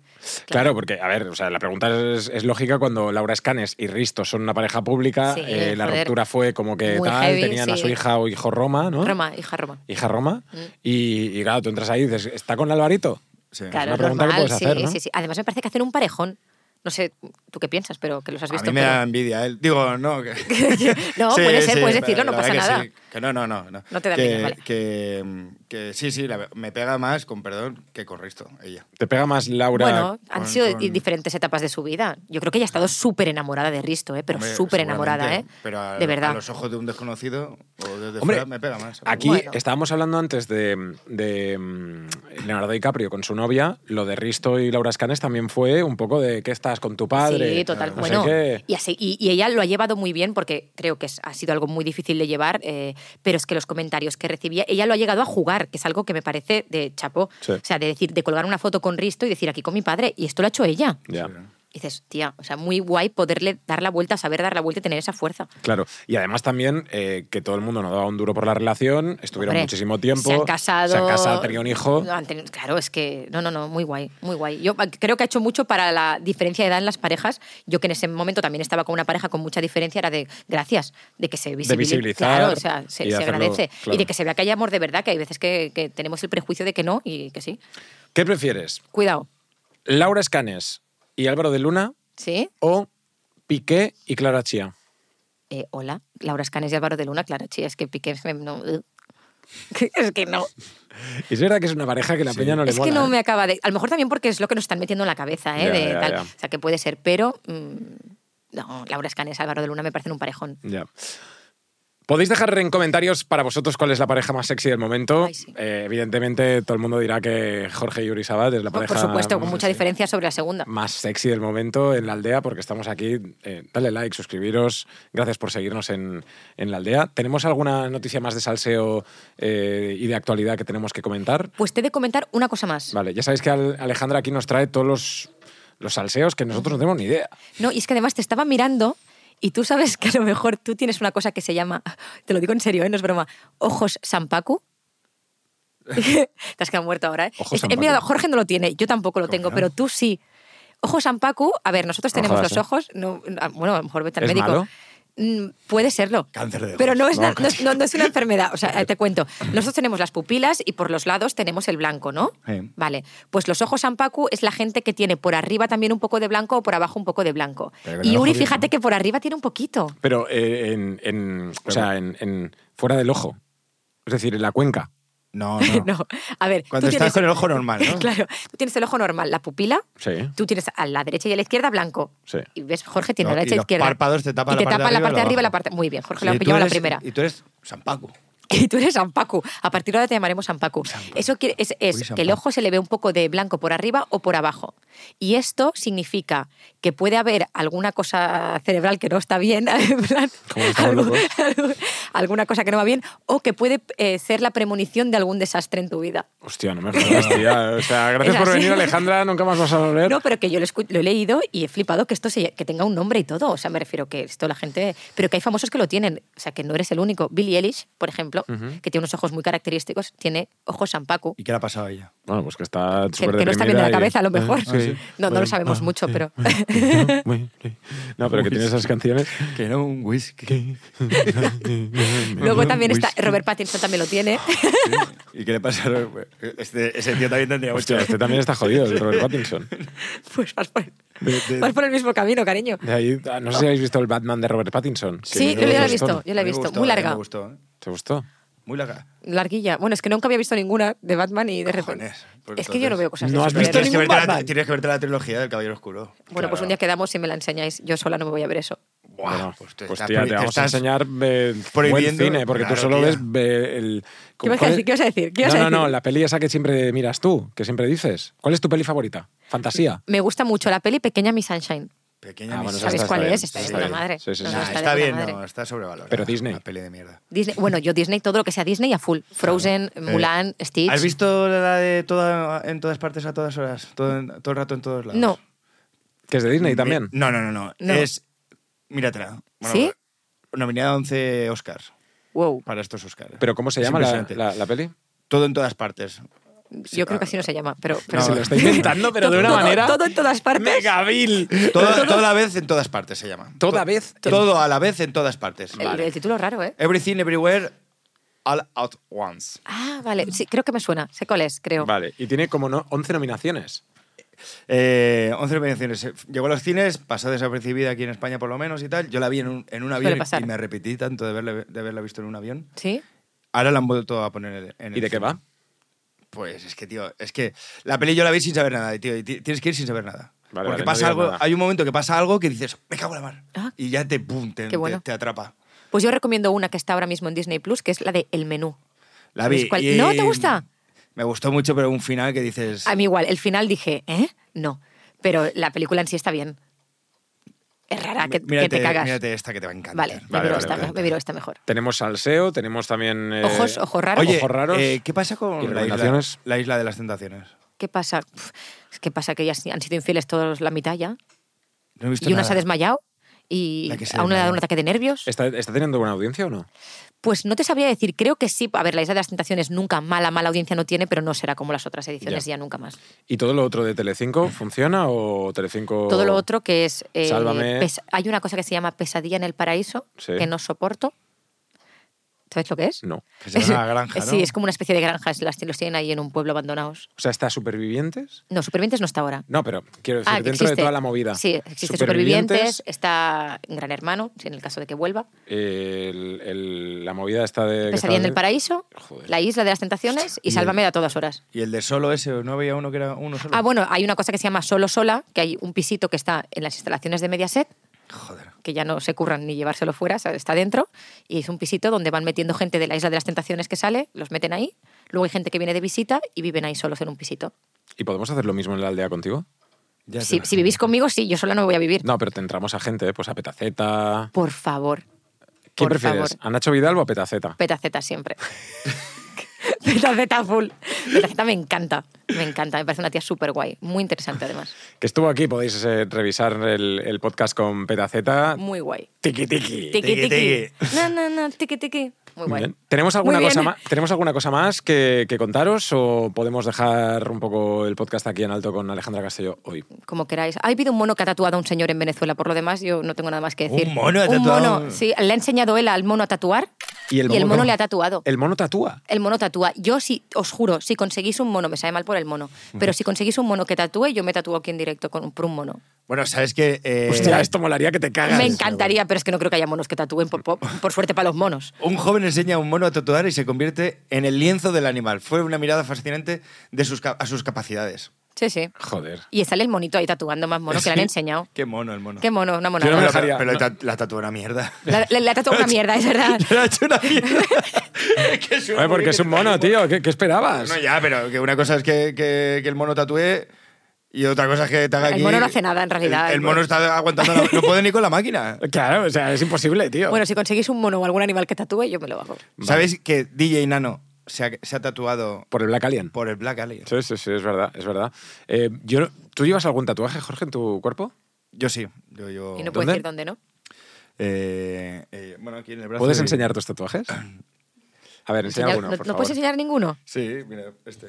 Speaker 1: Claro, porque, a ver, o sea, la pregunta es, es lógica cuando Laura Escanes y Risto son una pareja pública.
Speaker 2: Sí,
Speaker 1: eh, la
Speaker 2: joder.
Speaker 1: ruptura fue como que
Speaker 2: Muy
Speaker 1: tal,
Speaker 2: heavy,
Speaker 1: tenían a
Speaker 2: sí.
Speaker 1: su hija o hijo Roma, ¿no?
Speaker 2: Roma, hija Roma.
Speaker 1: Hija Roma.
Speaker 2: Mm.
Speaker 1: Y, y claro, tú entras ahí y dices, ¿está con Alvarito?
Speaker 3: Sí.
Speaker 1: una
Speaker 2: Claro,
Speaker 1: pregunta que
Speaker 2: normal,
Speaker 1: puedes
Speaker 2: sí,
Speaker 1: hacer, ¿no?
Speaker 2: sí, sí. Además me parece que hacen un parejón. No sé tú qué piensas, pero que los has
Speaker 3: A
Speaker 2: visto.
Speaker 3: mí me
Speaker 2: pero-
Speaker 3: da envidia él. Digo, no.
Speaker 2: (laughs)
Speaker 3: que- (laughs)
Speaker 2: No, puede ser, puedes decirlo, no
Speaker 3: la
Speaker 2: pasa
Speaker 3: verdad que
Speaker 2: nada.
Speaker 3: sí, que no, no, no. No,
Speaker 2: No te da
Speaker 3: que,
Speaker 2: envidia, vale.
Speaker 3: Que, que sí, sí, la- me pega más, con perdón, que con Risto, ella.
Speaker 1: Te pega más Laura.
Speaker 2: Bueno, han
Speaker 3: con-
Speaker 2: sido de-
Speaker 3: con-
Speaker 2: diferentes etapas de su vida. Yo creo que ella ha estado súper enamorada de Risto, ¿eh? pero
Speaker 3: Hombre,
Speaker 2: súper enamorada, ¿eh?
Speaker 3: seguramente, Pero a,
Speaker 2: de verdad.
Speaker 3: a los ojos de un desconocido o desde
Speaker 1: Hombre,
Speaker 3: fuera me pega más.
Speaker 1: Aquí
Speaker 2: Bueno.
Speaker 1: estábamos hablando antes de, de, mm, Leonardo DiCaprio con su novia. Lo de Risto y Laura Escanes también fue un poco de ¿qué estás con tu padre?
Speaker 2: Sí, total.
Speaker 1: No sé
Speaker 2: bueno,
Speaker 1: qué.
Speaker 2: y, así- y- y ella lo ha llevado muy bien porque creo que es- ha sido algo muy difícil de llevar, eh, pero es que los comentarios que recibía, ella lo ha llegado a jugar, que es algo que me parece de chapó.
Speaker 1: Sí.
Speaker 2: O sea, de decir, de colgar una foto con Risto y decir aquí con mi padre, y esto lo ha hecho ella.
Speaker 1: Ya.
Speaker 2: Y dices, tía, o sea, muy guay poderle dar la vuelta, saber dar la vuelta y tener esa fuerza.
Speaker 1: Claro, y además también eh, que todo el mundo no daba un duro por la relación, estuvieron
Speaker 2: Hombre,
Speaker 1: muchísimo tiempo.
Speaker 2: Se han casado.
Speaker 1: Se han casado, han tenido un hijo.
Speaker 2: No, han tenido- claro, es que. No, no, no, muy guay, muy guay. Yo ah, creo que ha hecho mucho para la diferencia de edad en las parejas. Yo que en ese momento también estaba con una pareja con mucha diferencia, era de gracias, de que se visibilice.
Speaker 1: visibilizar
Speaker 2: Claro, o sea, se,
Speaker 1: y de
Speaker 2: se
Speaker 1: hacerlo,
Speaker 2: agradece.
Speaker 1: claro.
Speaker 2: Y de que se vea que hay amor de verdad, que hay veces que, que tenemos el prejuicio de que no y que sí.
Speaker 1: ¿Qué prefieres?
Speaker 2: Cuidado,
Speaker 1: ¿Laura Escanes y Álvaro de Luna
Speaker 2: ¿sí?
Speaker 1: o Piqué y Clara Chía?
Speaker 2: Eh, hola, Laura Escanes y Álvaro de Luna, claro, sí, es que Piqué. (laughs) me- No, es que no.
Speaker 1: Es verdad que es una pareja que la peña no le
Speaker 2: es
Speaker 1: mola,
Speaker 2: que no
Speaker 1: ¿eh?
Speaker 2: me acaba de. A lo mejor también porque es lo que nos están metiendo en la cabeza, ¿eh?
Speaker 1: Ya,
Speaker 2: de
Speaker 1: ya,
Speaker 2: tal.
Speaker 1: ya.
Speaker 2: O sea, que puede ser, pero. mm, no, Laura Escanes, Álvaro de Luna me parecen un parejón.
Speaker 1: Ya. Podéis dejar en comentarios para vosotros cuál es la pareja más sexy del momento.
Speaker 2: Ay, sí.
Speaker 1: Eh, evidentemente, todo el mundo dirá que Jorge y Yuri Sabat es la
Speaker 2: Por,
Speaker 1: pareja
Speaker 2: por supuesto, con
Speaker 1: más
Speaker 2: mucha
Speaker 1: sexy.
Speaker 2: diferencia sobre la segunda.
Speaker 1: más sexy del momento en la aldea, porque estamos aquí. Eh, dale like, suscribiros. Gracias por seguirnos en, en la aldea. ¿Tenemos alguna noticia más de salseo eh, y de actualidad que tenemos que comentar?
Speaker 2: Pues te he de comentar una cosa más.
Speaker 1: Vale, ya sabéis que Al- Alejandra aquí nos trae todos los, los salseos que nosotros no tenemos ni idea.
Speaker 2: No, y es que además te estaba mirando y tú sabes que a lo mejor tú tienes una cosa que se llama. Te lo digo en serio, ¿eh? No es broma. Ojos Sampaku. (laughs) te has quedado muerto ahora, ¿eh?
Speaker 1: Ojos
Speaker 2: Es-
Speaker 1: San
Speaker 2: eh, mira,
Speaker 1: Paco.
Speaker 2: Jorge no lo tiene, yo tampoco lo
Speaker 3: ¿Cómo que
Speaker 2: tengo,
Speaker 3: no?
Speaker 2: pero tú sí. Ojos Sampaku, a ver, nosotros tenemos
Speaker 1: Ojalá
Speaker 2: los
Speaker 1: sí.
Speaker 2: ojos. no- no, bueno, a lo mejor vete al
Speaker 1: ¿Es
Speaker 2: médico.
Speaker 1: malo?
Speaker 2: Mm, Puede serlo.
Speaker 3: Cáncer de ojos.
Speaker 2: Pero no es,
Speaker 1: No,
Speaker 2: na- no es- no- no es una enfermedad. O sea, eh, te cuento. Nosotros tenemos las pupilas y por los lados tenemos el blanco, ¿no?
Speaker 3: Sí.
Speaker 2: Vale. Pues los ojos Sampaku es la gente que tiene por arriba también un poco de blanco o por abajo un poco de blanco.
Speaker 3: Pero con el
Speaker 2: Y
Speaker 3: ojo
Speaker 2: Uri,
Speaker 3: bien,
Speaker 2: fíjate
Speaker 3: ¿no?
Speaker 2: que por arriba tiene un poquito.
Speaker 1: Pero eh, en, en- o sea, en, en- fuera del ojo. Es decir, en la cuenca.
Speaker 2: (laughs)
Speaker 3: No, no.
Speaker 2: No. A ver.
Speaker 3: Cuando
Speaker 2: tú tienes-
Speaker 3: estás con
Speaker 2: (laughs)
Speaker 3: el ojo normal, ¿no?
Speaker 2: claro. Tú tienes el ojo normal, la pupila.
Speaker 1: Sí.
Speaker 2: Tú tienes a la derecha y a la izquierda blanco.
Speaker 1: Sí.
Speaker 2: Y ves, Jorge tiene
Speaker 3: No,
Speaker 2: a la
Speaker 3: y
Speaker 2: derecha y
Speaker 3: los
Speaker 2: izquierda.
Speaker 3: párpados te tapan
Speaker 2: Y
Speaker 3: la parte de
Speaker 2: tapan
Speaker 3: arriba y la de
Speaker 2: Muy
Speaker 3: abajo.
Speaker 2: parte. Muy bien, Jorge
Speaker 3: Sí,
Speaker 2: lo ha
Speaker 3: tú
Speaker 2: pillado a la
Speaker 3: eres-
Speaker 2: primera.
Speaker 3: Y tú eres San Paco.
Speaker 2: (laughs) Y tú eres San Paco. A partir de ahora te llamaremos San Paco. Eso quiere- es, es
Speaker 3: Uy, San
Speaker 2: que el
Speaker 3: Paco.
Speaker 2: ojo se le ve un poco de blanco por arriba o por abajo. Y esto significa que puede haber alguna cosa cerebral que no está bien, (laughs) en plan,
Speaker 1: Como estamos
Speaker 2: algo-
Speaker 1: locos.
Speaker 2: (laughs) algo- alguna cosa que no va bien, o que puede eh, ser la premonición de algún desastre en tu vida.
Speaker 1: Hostia, no me jodas, tía. O
Speaker 2: (laughs)
Speaker 1: sea, gracias
Speaker 2: Es
Speaker 1: por
Speaker 2: así.
Speaker 1: venir, Alejandra. Nunca más vas a volver.
Speaker 2: No, pero que yo lo, escu- lo he leído y he flipado que esto se- que tenga un nombre y todo. O sea, me refiero que esto la gente. Pero que hay famosos que lo tienen. O sea, que no eres el único. Billie Eilish, por ejemplo, que tiene unos ojos muy característicos, tiene ojos San Paco.
Speaker 3: ¿Y qué le ha pasado a ella?
Speaker 1: Bueno, pues que está
Speaker 2: que,
Speaker 1: súper
Speaker 2: que no está bien de
Speaker 1: deprimida
Speaker 2: la
Speaker 1: y-
Speaker 2: cabeza, a
Speaker 1: (laughs)
Speaker 2: lo mejor.
Speaker 1: Ah, sí.
Speaker 2: (laughs) No, no
Speaker 1: Bueno,
Speaker 2: lo sabemos
Speaker 1: ah,
Speaker 2: mucho,
Speaker 1: sí,
Speaker 2: pero.
Speaker 1: (laughs) bueno, sí, no, bueno, sí. No, pero que tiene esas canciones.
Speaker 3: Que no, un whisky.
Speaker 2: (laughs) Luego también
Speaker 1: pues
Speaker 2: está.
Speaker 3: Whisky.
Speaker 2: Robert Pattinson también lo tiene. (laughs)
Speaker 3: ¿Y qué le pasa? a Robert? Este, ese tío también tendría mucho.
Speaker 1: Hostia, este también está jodido, el Robert Pattinson.
Speaker 2: Pues vas por,
Speaker 3: de-
Speaker 2: vas por el mismo camino, cariño.
Speaker 1: De ahí- ah, no sé si habéis visto el Batman de Robert Pattinson. que
Speaker 2: Sí,
Speaker 1: es
Speaker 2: yo la he
Speaker 1: un
Speaker 2: visto,
Speaker 1: tostón.
Speaker 2: yo la he
Speaker 3: A mí me
Speaker 2: visto.
Speaker 3: gustó,
Speaker 2: muy
Speaker 3: a mí
Speaker 2: larga,
Speaker 3: Me gustó, ¿eh?
Speaker 1: ¿Te gustó?
Speaker 3: Muy larga.
Speaker 2: larguilla. Bueno, es que nunca había visto ninguna de Batman y de repente.
Speaker 3: Cojones, pues
Speaker 2: es que yo no
Speaker 3: entonces-
Speaker 2: veo cosas
Speaker 1: No
Speaker 2: de
Speaker 1: has
Speaker 2: superhéroes.
Speaker 1: visto
Speaker 3: Tienes que,
Speaker 1: ningún
Speaker 3: verte la,
Speaker 1: Batman.
Speaker 3: tienes que verte la trilogía del Caballero Oscuro.
Speaker 2: Bueno, pues
Speaker 3: Claro.
Speaker 2: un día quedamos y me la enseñáis. Yo sola no me voy a ver eso.
Speaker 1: Buah,
Speaker 3: Bueno,
Speaker 1: pues,
Speaker 3: te
Speaker 1: pues
Speaker 3: estás
Speaker 1: tía,
Speaker 3: prohi-
Speaker 1: te
Speaker 3: te
Speaker 1: vamos a
Speaker 3: estás-
Speaker 1: enseñar eh, buen
Speaker 3: prohibiendo-
Speaker 1: cine, porque tú
Speaker 3: Claro,
Speaker 1: solo
Speaker 3: tía.
Speaker 1: ves ve, el...
Speaker 2: ¿Qué vas a
Speaker 1: ¿cuál es-
Speaker 2: decir? ¿Qué vas a decir? ¿Qué vas
Speaker 1: no,
Speaker 2: a
Speaker 1: no, no,
Speaker 2: decir?
Speaker 1: la peli esa que siempre miras tú, que siempre dices. ¿Cuál es tu peli favorita? Fantasía.
Speaker 2: Me gusta mucho la peli Pequeña Miss Sunshine.
Speaker 3: Pequeña
Speaker 1: Ah, bueno,
Speaker 3: misión.
Speaker 1: esa
Speaker 2: ¿Sabéis
Speaker 1: está-
Speaker 2: cuál
Speaker 1: bien,
Speaker 2: es? Está de
Speaker 1: está
Speaker 2: puta
Speaker 1: bien.
Speaker 2: madre.
Speaker 1: Sí, sí,
Speaker 2: No,
Speaker 1: sí.
Speaker 2: no,
Speaker 1: Ah,
Speaker 3: Nah,
Speaker 2: está de
Speaker 3: está
Speaker 2: puta
Speaker 3: bien,
Speaker 2: madre.
Speaker 3: no, está sobrevalorada.
Speaker 1: Pero Disney.
Speaker 3: Una peli de mierda.
Speaker 2: Disney- bueno, yo Disney, todo lo que sea Disney a full. Frozen,
Speaker 1: Eh,
Speaker 2: Mulan, Stitch.
Speaker 3: ¿Has visto la de toda, en todas partes a todas horas? Todo, en- todo el rato en todos lados.
Speaker 2: No.
Speaker 1: Que es de Disney también.
Speaker 3: Mi- No, no, no, no.
Speaker 2: No.
Speaker 3: Es. Míratela. Bueno,
Speaker 2: ¿Sí?
Speaker 3: Nominada a 11 Oscars
Speaker 2: Wow.
Speaker 3: para estos Oscars.
Speaker 1: ¿Pero cómo se
Speaker 3: Es
Speaker 1: llama la,
Speaker 3: impresionante.
Speaker 1: la- la peli?
Speaker 3: Todo en todas partes.
Speaker 2: Yo creo que así no se llama, pero... pero-
Speaker 1: Que se lo está
Speaker 3: (laughs)
Speaker 1: inventando, pero de
Speaker 2: Todo-
Speaker 1: una
Speaker 2: todo-
Speaker 1: manera...
Speaker 2: Todo en todas partes.
Speaker 1: ¡Megavil! (laughs)
Speaker 3: Todo, toda la vez en todas partes se llama.
Speaker 1: Toda vez en-
Speaker 3: Todo a la vez en todas partes.
Speaker 2: El, el título raro, ¿eh?
Speaker 3: Everything, everywhere, all at once.
Speaker 2: Ah, vale. Sí, creo que me suena. Sé cuál es, creo.
Speaker 1: Vale, y tiene como no, 11 nominaciones.
Speaker 3: Eh, 11 nominaciones. Llegó a los cines, pasó desapercibida aquí en España por lo menos y tal. Yo la vi en un, en un avión
Speaker 2: Suele pasar.
Speaker 3: y me repetí tanto de, verle- de haberla visto en un avión.
Speaker 2: ¿Sí?
Speaker 3: Ahora la han vuelto a poner en el
Speaker 1: ¿Y de qué
Speaker 3: cine.
Speaker 1: va?
Speaker 3: Pues es que, tío, es que la peli yo la vi sin saber nada, tío. Y ti- tienes que ir sin saber nada.
Speaker 1: Vale,
Speaker 3: Porque
Speaker 1: vale, no
Speaker 3: pasa
Speaker 1: digas
Speaker 3: algo,
Speaker 1: nada.
Speaker 3: hay un momento que pasa algo que dices, me cago en la mar.
Speaker 2: Ah.
Speaker 3: Y ya te, pum, te,
Speaker 2: Qué bueno.
Speaker 3: te- te atrapa.
Speaker 2: Pues yo recomiendo una que está ahora mismo en Disney Plus, que es la de El Menú.
Speaker 3: La vi.
Speaker 2: ¿Sabes cuál?
Speaker 3: y-
Speaker 2: Pues ¿No te gusta?
Speaker 3: Me gustó mucho, pero un final que dices.
Speaker 2: A mí igual. El final dije, ¿eh? No. Pero la película en sí está bien. Es rara, que, que
Speaker 3: mírate-
Speaker 2: te cagas.
Speaker 3: Mírate esta que te va a encantar.
Speaker 2: Vale, me,
Speaker 1: Vale,
Speaker 2: miro
Speaker 1: vale,
Speaker 2: esta,
Speaker 1: vale.
Speaker 2: me miro esta mejor.
Speaker 1: Tenemos salseo, tenemos también... eh,
Speaker 2: Ojos, ojos raros.
Speaker 3: Oye,
Speaker 1: Ojos raros.
Speaker 3: eh, ¿qué pasa
Speaker 1: ¿Y
Speaker 3: con la isla,
Speaker 1: recomendaciones?
Speaker 3: la isla de las tentaciones?
Speaker 2: ¿Qué pasa? Uf, es que pasa que ya han sido infieles todos la mitad ya.
Speaker 3: No he
Speaker 2: Y
Speaker 3: visto
Speaker 2: una
Speaker 3: nada.
Speaker 2: se ha desmayado y
Speaker 3: La que se
Speaker 2: a una le ha dado
Speaker 3: desmayó.
Speaker 2: un ataque de nervios.
Speaker 1: ¿Está, está teniendo buena audiencia o no?
Speaker 2: Pues no te sabría decir, creo que sí. A ver, la Isla de las Tentaciones nunca mala, mala audiencia no tiene, pero no será como las otras ediciones
Speaker 1: Ya.
Speaker 2: ya, nunca más.
Speaker 1: ¿Y todo lo otro de Telecinco funciona o Telecinco...?
Speaker 2: Todo lo otro que es... eh,
Speaker 1: Sálvame.
Speaker 2: pes- hay una cosa que se llama Pesadilla en el Paraíso,
Speaker 1: Sí.
Speaker 2: que no soporto. ¿Sabes lo que (laughs) es?
Speaker 1: No.
Speaker 3: Que se llama la granja, ¿no?
Speaker 2: Sí, es como una especie de granjas, las los tienen ahí en un pueblo abandonados.
Speaker 1: O sea, ¿está Supervivientes?
Speaker 2: No, Supervivientes no está ahora.
Speaker 1: No, pero quiero decir,
Speaker 2: Ah, que
Speaker 1: Pues dentro de
Speaker 2: existe.
Speaker 1: toda la movida.
Speaker 2: Sí, existe Supervivientes, está Gran Hermano, si en el caso de que vuelva.
Speaker 1: el- el- la movida está de...
Speaker 2: Pesadilla en el
Speaker 1: paraíso.
Speaker 2: Paraíso,
Speaker 1: Joder.
Speaker 2: La Isla de las Tentaciones y
Speaker 3: Y el-
Speaker 2: Sálvame a todas horas.
Speaker 3: Y el de solo ese, ¿no había uno que era uno solo?
Speaker 2: Ah, bueno, hay una cosa que se llama Solo Sola, que hay un pisito que está en las instalaciones de Mediaset,
Speaker 3: Joder.
Speaker 2: que ya no se curran ni llevárselo fuera, o sea, está dentro, y es un pisito donde van metiendo gente de la Isla de las Tentaciones que sale, los meten ahí, luego hay gente que viene de visita y viven ahí solos en un pisito.
Speaker 1: ¿Y podemos hacer lo mismo en la aldea contigo?
Speaker 3: Ya
Speaker 2: Si,
Speaker 3: te-
Speaker 2: si vivís conmigo, sí, yo sola no voy a vivir.
Speaker 1: No, pero te entramos a gente, ¿eh? pues a Petaceta...
Speaker 2: Por favor,
Speaker 1: ¿Quién
Speaker 2: Por
Speaker 1: prefieres?
Speaker 2: favor.
Speaker 1: ¿A Nacho Vidal o a Petaceta?
Speaker 2: petaceta siempre. (laughs) petaceta full. Petaceta me encanta, me encanta, me parece una tía súper guay, muy interesante además,
Speaker 1: que estuvo aquí, podéis eh, revisar el, el podcast con Petaceta.
Speaker 2: muy guay.
Speaker 1: Tiki tiki.
Speaker 2: Tiki,
Speaker 3: Tiki,
Speaker 2: tiki. No, no, no, tiki, tiki. Muy
Speaker 1: Muy
Speaker 2: guay.
Speaker 1: bien. ¿Tenemos alguna,
Speaker 2: Muy bien.
Speaker 1: cosa ma- ¿Tenemos alguna cosa más que, que contaros o podemos dejar un poco el podcast aquí en alto con Alejandra Castelló hoy?
Speaker 2: como queráis. Ha habido un mono que ha tatuado a un señor en Venezuela, por lo demás yo no tengo nada más que
Speaker 3: ¿Un
Speaker 2: decir.
Speaker 3: mono ha
Speaker 2: Un
Speaker 3: tatuado a un-
Speaker 2: mono, sí, le ha enseñado él al mono a tatuar y el mono,
Speaker 1: cómo?
Speaker 2: le ha tatuado. El...
Speaker 1: El mono tatúa.
Speaker 2: mono tatúa. Yo sí, os juro, si conseguís un mono, me sale mal por el mono, pero si conseguís un mono que tatúe, yo me tatúo aquí en directo con un, por un mono.
Speaker 3: Bueno, sabes que. eh,
Speaker 1: Hostia, esto molaría que te cagas.
Speaker 2: Me encantaría, pero es que no creo que haya monos que tatúen, por, por- por suerte para los monos.
Speaker 3: Un joven enseña a un mono a tatuar y se convierte en el lienzo del animal. Fue una mirada fascinante de sus, ca- a sus capacidades.
Speaker 2: Sí, sí.
Speaker 1: Joder.
Speaker 2: Y sale el monito ahí tatuando más mono que le han
Speaker 3: Sí.
Speaker 2: enseñado.
Speaker 3: Qué mono el mono.
Speaker 2: Qué mono, una
Speaker 1: Yo no me
Speaker 2: monada.
Speaker 1: dejaría-
Speaker 3: Pero, pero ta- la tatuó una mierda.
Speaker 2: La- Le, le ha
Speaker 3: (laughs)
Speaker 2: tatuado una mierda, es verdad.
Speaker 3: Le ha hecho una mierda. (laughs) Es que es un
Speaker 1: Oye, porque
Speaker 3: mono
Speaker 1: es un
Speaker 3: que te-
Speaker 1: mono, tío. ¿Qué, qué esperabas?
Speaker 3: No, ya, pero que una cosa es que, que- que el mono tatúe y otra cosa es que te haga
Speaker 2: El
Speaker 3: aquí-
Speaker 2: mono no hace nada, en realidad.
Speaker 3: El, el
Speaker 2: El
Speaker 3: mono
Speaker 2: mono-
Speaker 3: está aguantando. la- no puede ni con
Speaker 1: (laughs)
Speaker 3: la máquina.
Speaker 1: Claro, o sea, es imposible, tío.
Speaker 2: Bueno, si conseguís un mono o algún animal que tatúe, yo me lo hago.
Speaker 3: ¿Sabéis que DJ Nano se ha, se ha tatuado
Speaker 1: Por el Black Alien.
Speaker 3: por el Black Alien?
Speaker 1: Sí, sí, sí, es verdad, es verdad. Eh, yo, ¿Tú llevas algún tatuaje, Jorge, en tu cuerpo?
Speaker 3: Yo sí. Yo, yo-
Speaker 2: Y
Speaker 1: puede-
Speaker 2: no puedo
Speaker 1: ¿Dónde?
Speaker 2: decir dónde, ¿no?
Speaker 3: Eh, eh, bueno, aquí en el brazo.
Speaker 1: ¿Puedes
Speaker 3: y-
Speaker 1: enseñar tus tatuajes? (clears throat) A ver, enseña
Speaker 2: Enseñar-
Speaker 1: alguno,
Speaker 2: ¿No,
Speaker 1: por
Speaker 2: no
Speaker 1: favor.
Speaker 2: puedes enseñar ninguno?
Speaker 3: Sí, mira, este.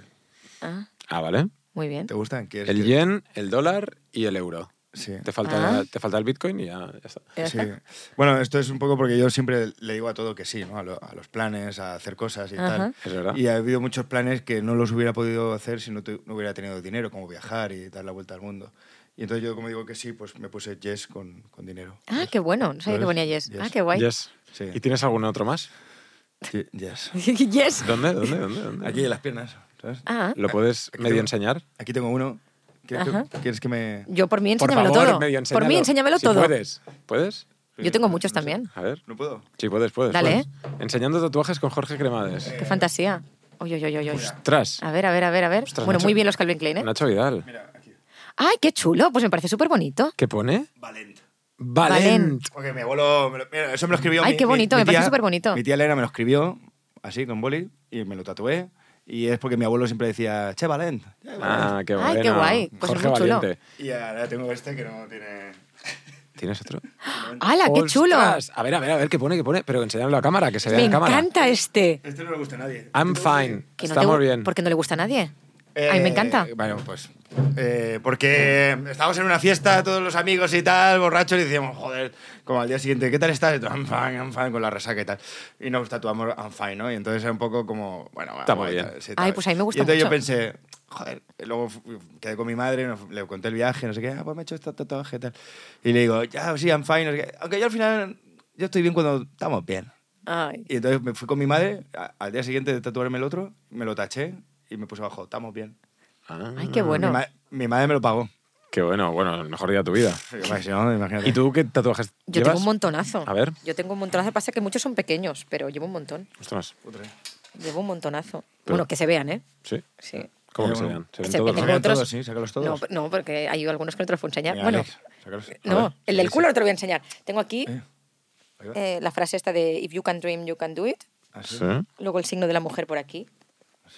Speaker 2: Ah,
Speaker 1: Ah, vale.
Speaker 2: muy bien.
Speaker 3: ¿Te gustan? ¿Quieres
Speaker 1: El
Speaker 3: que-
Speaker 1: yen, el dólar y el euro.
Speaker 3: Sí.
Speaker 1: Te falta,
Speaker 2: Ah.
Speaker 1: te falta el Bitcoin y ya, ya está.
Speaker 2: Ya
Speaker 3: Sí.
Speaker 2: está.
Speaker 3: Bueno, esto es un poco porque yo siempre le digo a todo que sí, ¿no? A, lo- a los planes, a hacer cosas y
Speaker 2: Ajá.
Speaker 3: tal.
Speaker 1: Es verdad.
Speaker 3: Y ha habido muchos planes que no los hubiera podido hacer si no, tu- no hubiera tenido dinero, como viajar y dar la vuelta al mundo. Y entonces yo, como digo que sí, pues me puse yes con, con dinero.
Speaker 2: Ah, qué bueno. No sabía que
Speaker 3: ¿Sabes?
Speaker 2: ponía yes. Ah,
Speaker 3: Yes.
Speaker 2: qué guay. (laughs) Yes.
Speaker 1: Yes.
Speaker 3: Sí.
Speaker 1: ¿Y tienes algún otro
Speaker 2: (laughs)
Speaker 1: más?
Speaker 3: Sí, Yes.
Speaker 1: ¿Dónde? ¿Dónde? ¿Dónde? dónde?
Speaker 3: Aquí en las piernas, ¿sabes?
Speaker 2: Ah,
Speaker 1: ¿Lo puedes
Speaker 3: Aquí
Speaker 1: medio
Speaker 3: tengo-
Speaker 1: enseñar?
Speaker 3: Aquí tengo uno. ¿Quieres
Speaker 2: Ajá.
Speaker 3: que, quieres que me...?
Speaker 2: yo por mí
Speaker 1: Por
Speaker 2: enséñamelo
Speaker 1: favor,
Speaker 2: todo.
Speaker 1: medio
Speaker 2: por mí enséñamelo
Speaker 1: Si
Speaker 2: todo.
Speaker 1: puedes. ¿Puedes?
Speaker 2: Yo tengo muchos también.
Speaker 1: A ver.
Speaker 3: No puedo.
Speaker 1: Sí, puedes, puedes.
Speaker 2: Dale.
Speaker 1: puedes. Enseñando tatuajes con Jorge Cremades.
Speaker 2: Qué fantasía. Oye, oye, oye, oye.
Speaker 1: Tras.
Speaker 2: A ver, a ver, a ver, a ver.
Speaker 1: Ostras,
Speaker 2: bueno,
Speaker 1: Nacho.
Speaker 2: muy bien los Calvin Klein, ¿eh?
Speaker 1: Nacho Vidal.
Speaker 3: Mira, aquí.
Speaker 2: ¡Ay, qué chulo! Pues me parece súper bonito.
Speaker 1: ¿Qué pone?
Speaker 3: Valent.
Speaker 1: Valent.
Speaker 3: Porque mi abuelo, me lo- mira, eso me lo escribió.
Speaker 2: Ay,
Speaker 3: mi-
Speaker 2: qué
Speaker 3: mi-
Speaker 2: bonito,
Speaker 3: mi
Speaker 2: me parece
Speaker 3: tía-
Speaker 2: superbonito.
Speaker 3: Mi tía Elena me lo escribió así, con boli, y me lo tatué. Y es porque mi abuelo siempre decía, che, Valent. che, Valent".
Speaker 1: Ah, qué
Speaker 2: Ay,
Speaker 1: bueno.
Speaker 2: qué guay. Pues
Speaker 1: Jorge
Speaker 2: es muy chulo.
Speaker 1: Valiente.
Speaker 3: Y ahora tengo este que no tiene...
Speaker 1: ¿Tienes otro?
Speaker 2: ¡Hala, qué chulo!
Speaker 1: Ostras. A ver, a ver, a ver, ¿qué pone? ¿Qué pone? Pero enseñadlo a la cámara, que se vea
Speaker 2: Me
Speaker 1: en cámara.
Speaker 2: encanta este.
Speaker 3: Este no le gusta a nadie.
Speaker 1: I'm fine.
Speaker 2: Que no te
Speaker 1: Estamos
Speaker 2: gu-
Speaker 1: bien.
Speaker 2: Porque no le gusta a nadie. a mí me
Speaker 3: Eh,
Speaker 2: encanta.
Speaker 3: Bueno, pues. eh, porque estábamos en una fiesta, todos los amigos y tal, borrachos, y decíamos, joder, como al día siguiente, ¿qué tal estás? Y tú, I'm fine, I'm fine, con la resaca y tal. Y nos tatuamos I'm fine, ¿no? Y entonces era un poco como, bueno,
Speaker 1: Está
Speaker 3: bueno,
Speaker 1: muy
Speaker 3: y
Speaker 1: bien.
Speaker 3: sí,
Speaker 2: Ay, pues a mí me gusta
Speaker 3: Y entonces
Speaker 2: mucho.
Speaker 3: yo pensé, joder, y luego fu- quedé con mi madre, nos- le conté el viaje, no sé qué, ah, pues me he hecho este tatuaje y tal. Y le digo, ya, sí, I'm fine, no sé qué. Aunque yo al final, yo estoy bien cuando estamos bien.
Speaker 2: Ay.
Speaker 3: Y entonces me fui con mi madre, a- al día siguiente de tatuarme el otro, me lo taché y me puse abajo, estamos bien.
Speaker 1: Ah,
Speaker 2: Ay, qué
Speaker 3: Mi,
Speaker 2: bueno.
Speaker 3: ma- mi madre me lo pagó.
Speaker 1: Qué bueno, bueno, el mejor día de tu vida.
Speaker 3: Si no, imagínate.
Speaker 1: ¿Y tú qué tatuajes
Speaker 2: Yo
Speaker 1: llevas?
Speaker 2: tengo un montonazo.
Speaker 1: A ver.
Speaker 2: Yo tengo un montonazo. Pasa que muchos son pequeños, pero llevo un montón.
Speaker 1: Ostras,
Speaker 3: Putre.
Speaker 2: Llevo un montonazo.
Speaker 1: Pero-
Speaker 2: bueno, que se vean, ¿eh?
Speaker 1: sí.
Speaker 2: Sí.
Speaker 1: ¿Cómo que
Speaker 3: Eh,
Speaker 1: se
Speaker 3: bueno.
Speaker 1: vean? Se ven
Speaker 2: Se-
Speaker 1: todos.
Speaker 2: tengo
Speaker 1: ¿no?
Speaker 3: Sácalos
Speaker 2: otros-
Speaker 3: todos, sí, sácalos todos.
Speaker 2: No, pero- no, porque hay algunos que no te los puedo enseñar.
Speaker 3: Mira,
Speaker 2: bueno,
Speaker 3: Alex, sácalos. A ver.
Speaker 2: no, el del
Speaker 3: Sí,
Speaker 2: culo
Speaker 3: sí.
Speaker 2: te lo voy a enseñar. Tengo aquí
Speaker 3: Eh, ahí va.
Speaker 2: eh, la frase esta de If you can dream, you can do it.
Speaker 3: Así.
Speaker 1: Sí.
Speaker 2: Luego el signo de la mujer por aquí.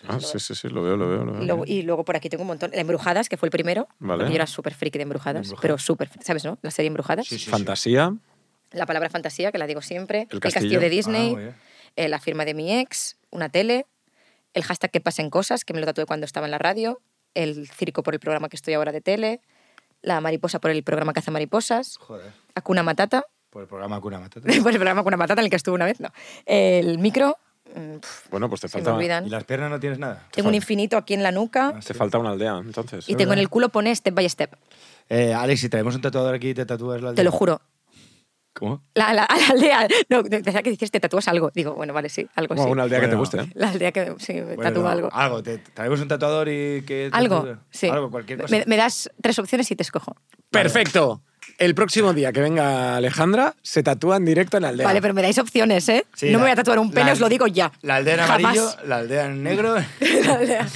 Speaker 1: Ah, sí, sí, sí, lo veo, lo veo, lo veo.
Speaker 2: Y luego, y luego por aquí tengo un montón. La Embrujadas, que fue el primero.
Speaker 1: Vale.
Speaker 2: Porque yo era súper friki de embrujadas,
Speaker 3: Embrujadas.
Speaker 2: Pero súper, ¿sabes, no? La serie Embrujadas.
Speaker 3: Sí, sí, sí.
Speaker 1: Fantasía.
Speaker 2: La palabra fantasía, que la digo siempre. El
Speaker 1: castillo.
Speaker 2: de
Speaker 3: Ah,
Speaker 2: Disney.
Speaker 3: muy bien.
Speaker 2: eh, la firma de mi ex. Una tele. El hashtag que pasen cosas, que me lo tatué cuando estaba en la radio. El circo por el programa que estoy ahora de tele. La mariposa por el programa Caza Mariposas.
Speaker 3: Joder.
Speaker 2: Acuna Matata. (laughs)
Speaker 3: Por el programa Cuna Matata.
Speaker 2: por el programa Acuna Matata en el que estuve una vez, no. El micro. mm, pf,
Speaker 1: Bueno, pues te
Speaker 2: se me
Speaker 1: falta,
Speaker 2: olvidan.
Speaker 3: ¿Y las piernas no tienes nada?
Speaker 2: Tengo un infinito aquí en la
Speaker 3: Ah,
Speaker 2: nuca.
Speaker 1: te falta una aldea, entonces.
Speaker 2: Y tengo
Speaker 1: (laughs)
Speaker 2: en el culo pone step by step.
Speaker 3: Eh, Alex, si traemos un tatuador aquí, te tatúas la
Speaker 2: Te lo
Speaker 3: aldea?
Speaker 2: juro.
Speaker 3: ¿Cómo?
Speaker 2: La, la, a la aldea. No, decía que dices te tatúas algo. Digo, bueno, vale, sí, algo
Speaker 1: Bueno,
Speaker 2: Pues sí.
Speaker 1: una aldea que te
Speaker 3: Bueno.
Speaker 1: guste. ¿eh?
Speaker 2: La aldea que sí, me
Speaker 3: Bueno,
Speaker 2: tatúa
Speaker 3: no,
Speaker 2: algo.
Speaker 3: Algo, te traemos un tatuador y que. te
Speaker 2: Algo,
Speaker 3: tatúe.
Speaker 2: sí.
Speaker 3: Algo, cualquier cosa.
Speaker 2: Me, me das tres opciones y te escojo.
Speaker 1: Perfecto. El próximo día que venga Alejandra, se tatúa en directo en aldea.
Speaker 2: Vale, pero me dais opciones, ¿eh?
Speaker 3: Sí,
Speaker 2: no me
Speaker 3: la-
Speaker 2: voy a tatuar un pene,
Speaker 3: la-
Speaker 2: os lo digo ya.
Speaker 3: La aldea en
Speaker 2: Jamás.
Speaker 3: amarillo, la aldea en negro.
Speaker 2: (laughs) La aldea.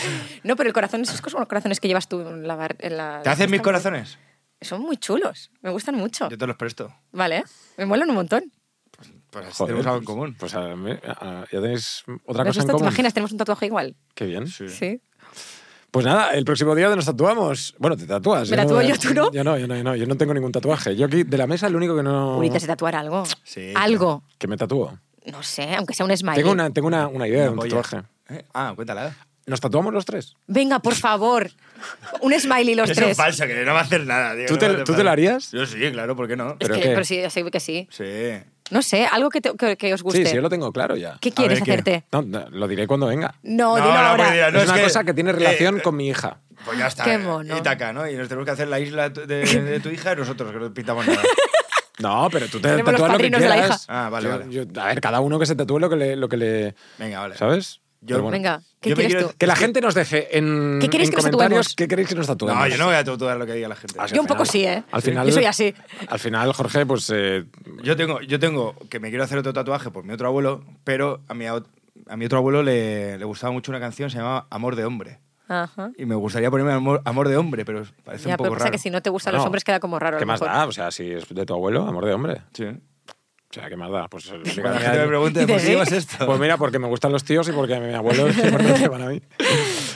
Speaker 2: no, pero el corazón, esos cos- corazones que llevas tú en la... bar- en la-
Speaker 3: ¿Te haces mis corazones?
Speaker 2: Son muy chulos, me gustan mucho.
Speaker 3: Yo te los presto.
Speaker 2: Vale, ¿eh? me molan un montón.
Speaker 3: Pues así
Speaker 1: Joder,
Speaker 3: tenemos algo en común.
Speaker 1: Pues a mí- a- ya tenéis otra cosa en
Speaker 2: ¿Ves esto? ¿Te
Speaker 1: común.
Speaker 2: imaginas? Tenemos un tatuaje igual.
Speaker 1: Qué bien.
Speaker 3: Sí.
Speaker 2: Sí.
Speaker 1: Pues nada, el próximo día nos tatuamos. Bueno, te tatúas.
Speaker 2: Me
Speaker 1: no-
Speaker 2: tatúo yo, ¿tú no?
Speaker 1: Yo no, yo no, yo no, yo no tengo ningún tatuaje. Yo aquí, de la mesa, el único que no...
Speaker 2: Ahorita se tatuar algo.
Speaker 3: Sí,
Speaker 2: algo.
Speaker 1: Que me tatúo.
Speaker 2: No sé, aunque sea un smiley.
Speaker 1: Tengo una, tengo una, una idea de un
Speaker 3: Oye.
Speaker 1: tatuaje.
Speaker 3: ¿Eh? Ah, cuéntala.
Speaker 1: ¿Nos tatuamos los tres?
Speaker 2: Venga, por favor. Un smiley los
Speaker 3: Eso (laughs) es
Speaker 2: tres.
Speaker 3: falso, que no va a hacer nada. tío,
Speaker 1: ¿Tú
Speaker 3: no
Speaker 1: te-
Speaker 3: va a hacer
Speaker 1: tú te
Speaker 3: falta.
Speaker 1: lo harías?
Speaker 3: Yo sí, claro, ¿por qué no?
Speaker 2: Es
Speaker 1: ¿Pero
Speaker 2: que,
Speaker 1: qué?
Speaker 2: pero sí, sí, que sí.
Speaker 3: Sí.
Speaker 2: No sé, algo que, te- que- que os guste.
Speaker 1: Sí, sí, yo lo tengo claro ya.
Speaker 2: ¿Qué
Speaker 3: A
Speaker 2: quieres
Speaker 3: ver, ¿qué?
Speaker 2: hacerte?
Speaker 1: No, no, lo diré cuando venga.
Speaker 2: No,
Speaker 3: No,
Speaker 2: dilo
Speaker 3: no,
Speaker 2: ahora.
Speaker 3: pues dirá, no.
Speaker 1: es,
Speaker 3: es
Speaker 1: una
Speaker 3: que-
Speaker 1: cosa que tiene
Speaker 3: eh,
Speaker 1: relación
Speaker 3: eh,
Speaker 1: con mi hija.
Speaker 3: Pues ya está.
Speaker 2: Qué
Speaker 3: eh,
Speaker 2: mono.
Speaker 3: Ítaca, ¿no? Y nos tenemos que hacer la isla de,
Speaker 2: (laughs)
Speaker 3: de tu hija y nosotros, que no pintamos nada.
Speaker 1: No, pero tú te
Speaker 2: Tenemos
Speaker 1: tatúas
Speaker 2: los
Speaker 1: lo que
Speaker 2: padrinos de la
Speaker 1: quieras.
Speaker 3: hija. Ah, vale,
Speaker 1: Yo-
Speaker 3: vale.
Speaker 1: yo- a ver, cada uno que se tatúe lo que le... Lo que le
Speaker 3: Venga, vale.
Speaker 1: ¿Sabes?
Speaker 3: Yo-
Speaker 1: Pero bueno.
Speaker 2: Venga, ¿qué
Speaker 3: Yo me
Speaker 2: quieres
Speaker 3: quiero-
Speaker 2: tú?
Speaker 1: Que la gente nos deje en,
Speaker 2: ¿Qué queréis
Speaker 1: en
Speaker 2: que nos
Speaker 1: comentarios
Speaker 2: tatuemos?
Speaker 1: qué queréis que nos tatuemos.
Speaker 3: No, yo no voy a tatuar lo que diga la gente.
Speaker 1: Ah, sí,
Speaker 2: Yo
Speaker 1: al
Speaker 2: un poco
Speaker 1: final-
Speaker 2: sí, ¿eh?
Speaker 1: Al final,
Speaker 2: Yo soy así.
Speaker 1: Al final, Jorge, pues eh,
Speaker 3: Yo tengo, yo tengo que me quiero hacer otro tatuaje por mi otro abuelo, pero a mi, au- a mi otro abuelo le, le gustaba mucho una canción, se llamaba Amor de Hombre.
Speaker 2: Ajá.
Speaker 3: Y me gustaría ponerme amor, Amor de Hombre, pero parece
Speaker 2: Ya,
Speaker 3: un poco
Speaker 2: pero pasa
Speaker 3: raro.
Speaker 2: que si no te gustan los
Speaker 1: bueno,
Speaker 2: hombres queda como raro. a lo
Speaker 1: ¿Qué más
Speaker 2: mejor.
Speaker 1: da? O sea, si es de tu abuelo, amor de hombre.
Speaker 3: Sí.
Speaker 1: O sea, ¿qué más da?
Speaker 3: (laughs)
Speaker 1: Pues, eh,
Speaker 3: Cuando la
Speaker 1: mira,
Speaker 3: gente me pregunta,
Speaker 2: Y de
Speaker 3: ¿por qué
Speaker 2: sí.
Speaker 3: llevas esto?
Speaker 1: pues mira, porque me gustan los tíos y porque mi abuelo
Speaker 2: (laughs)
Speaker 1: siempre me llevan a mí.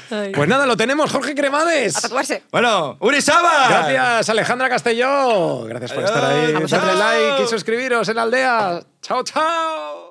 Speaker 1: Pues nada, lo tenemos, Jorge Cremades.
Speaker 2: A tatuarse.
Speaker 3: Bueno, Uri Saba.
Speaker 1: Gracias, Alejandra Castelló. Gracias por estar ahí.
Speaker 3: Adiós.
Speaker 1: Darle like y suscribiros en la aldea. Chao, chao.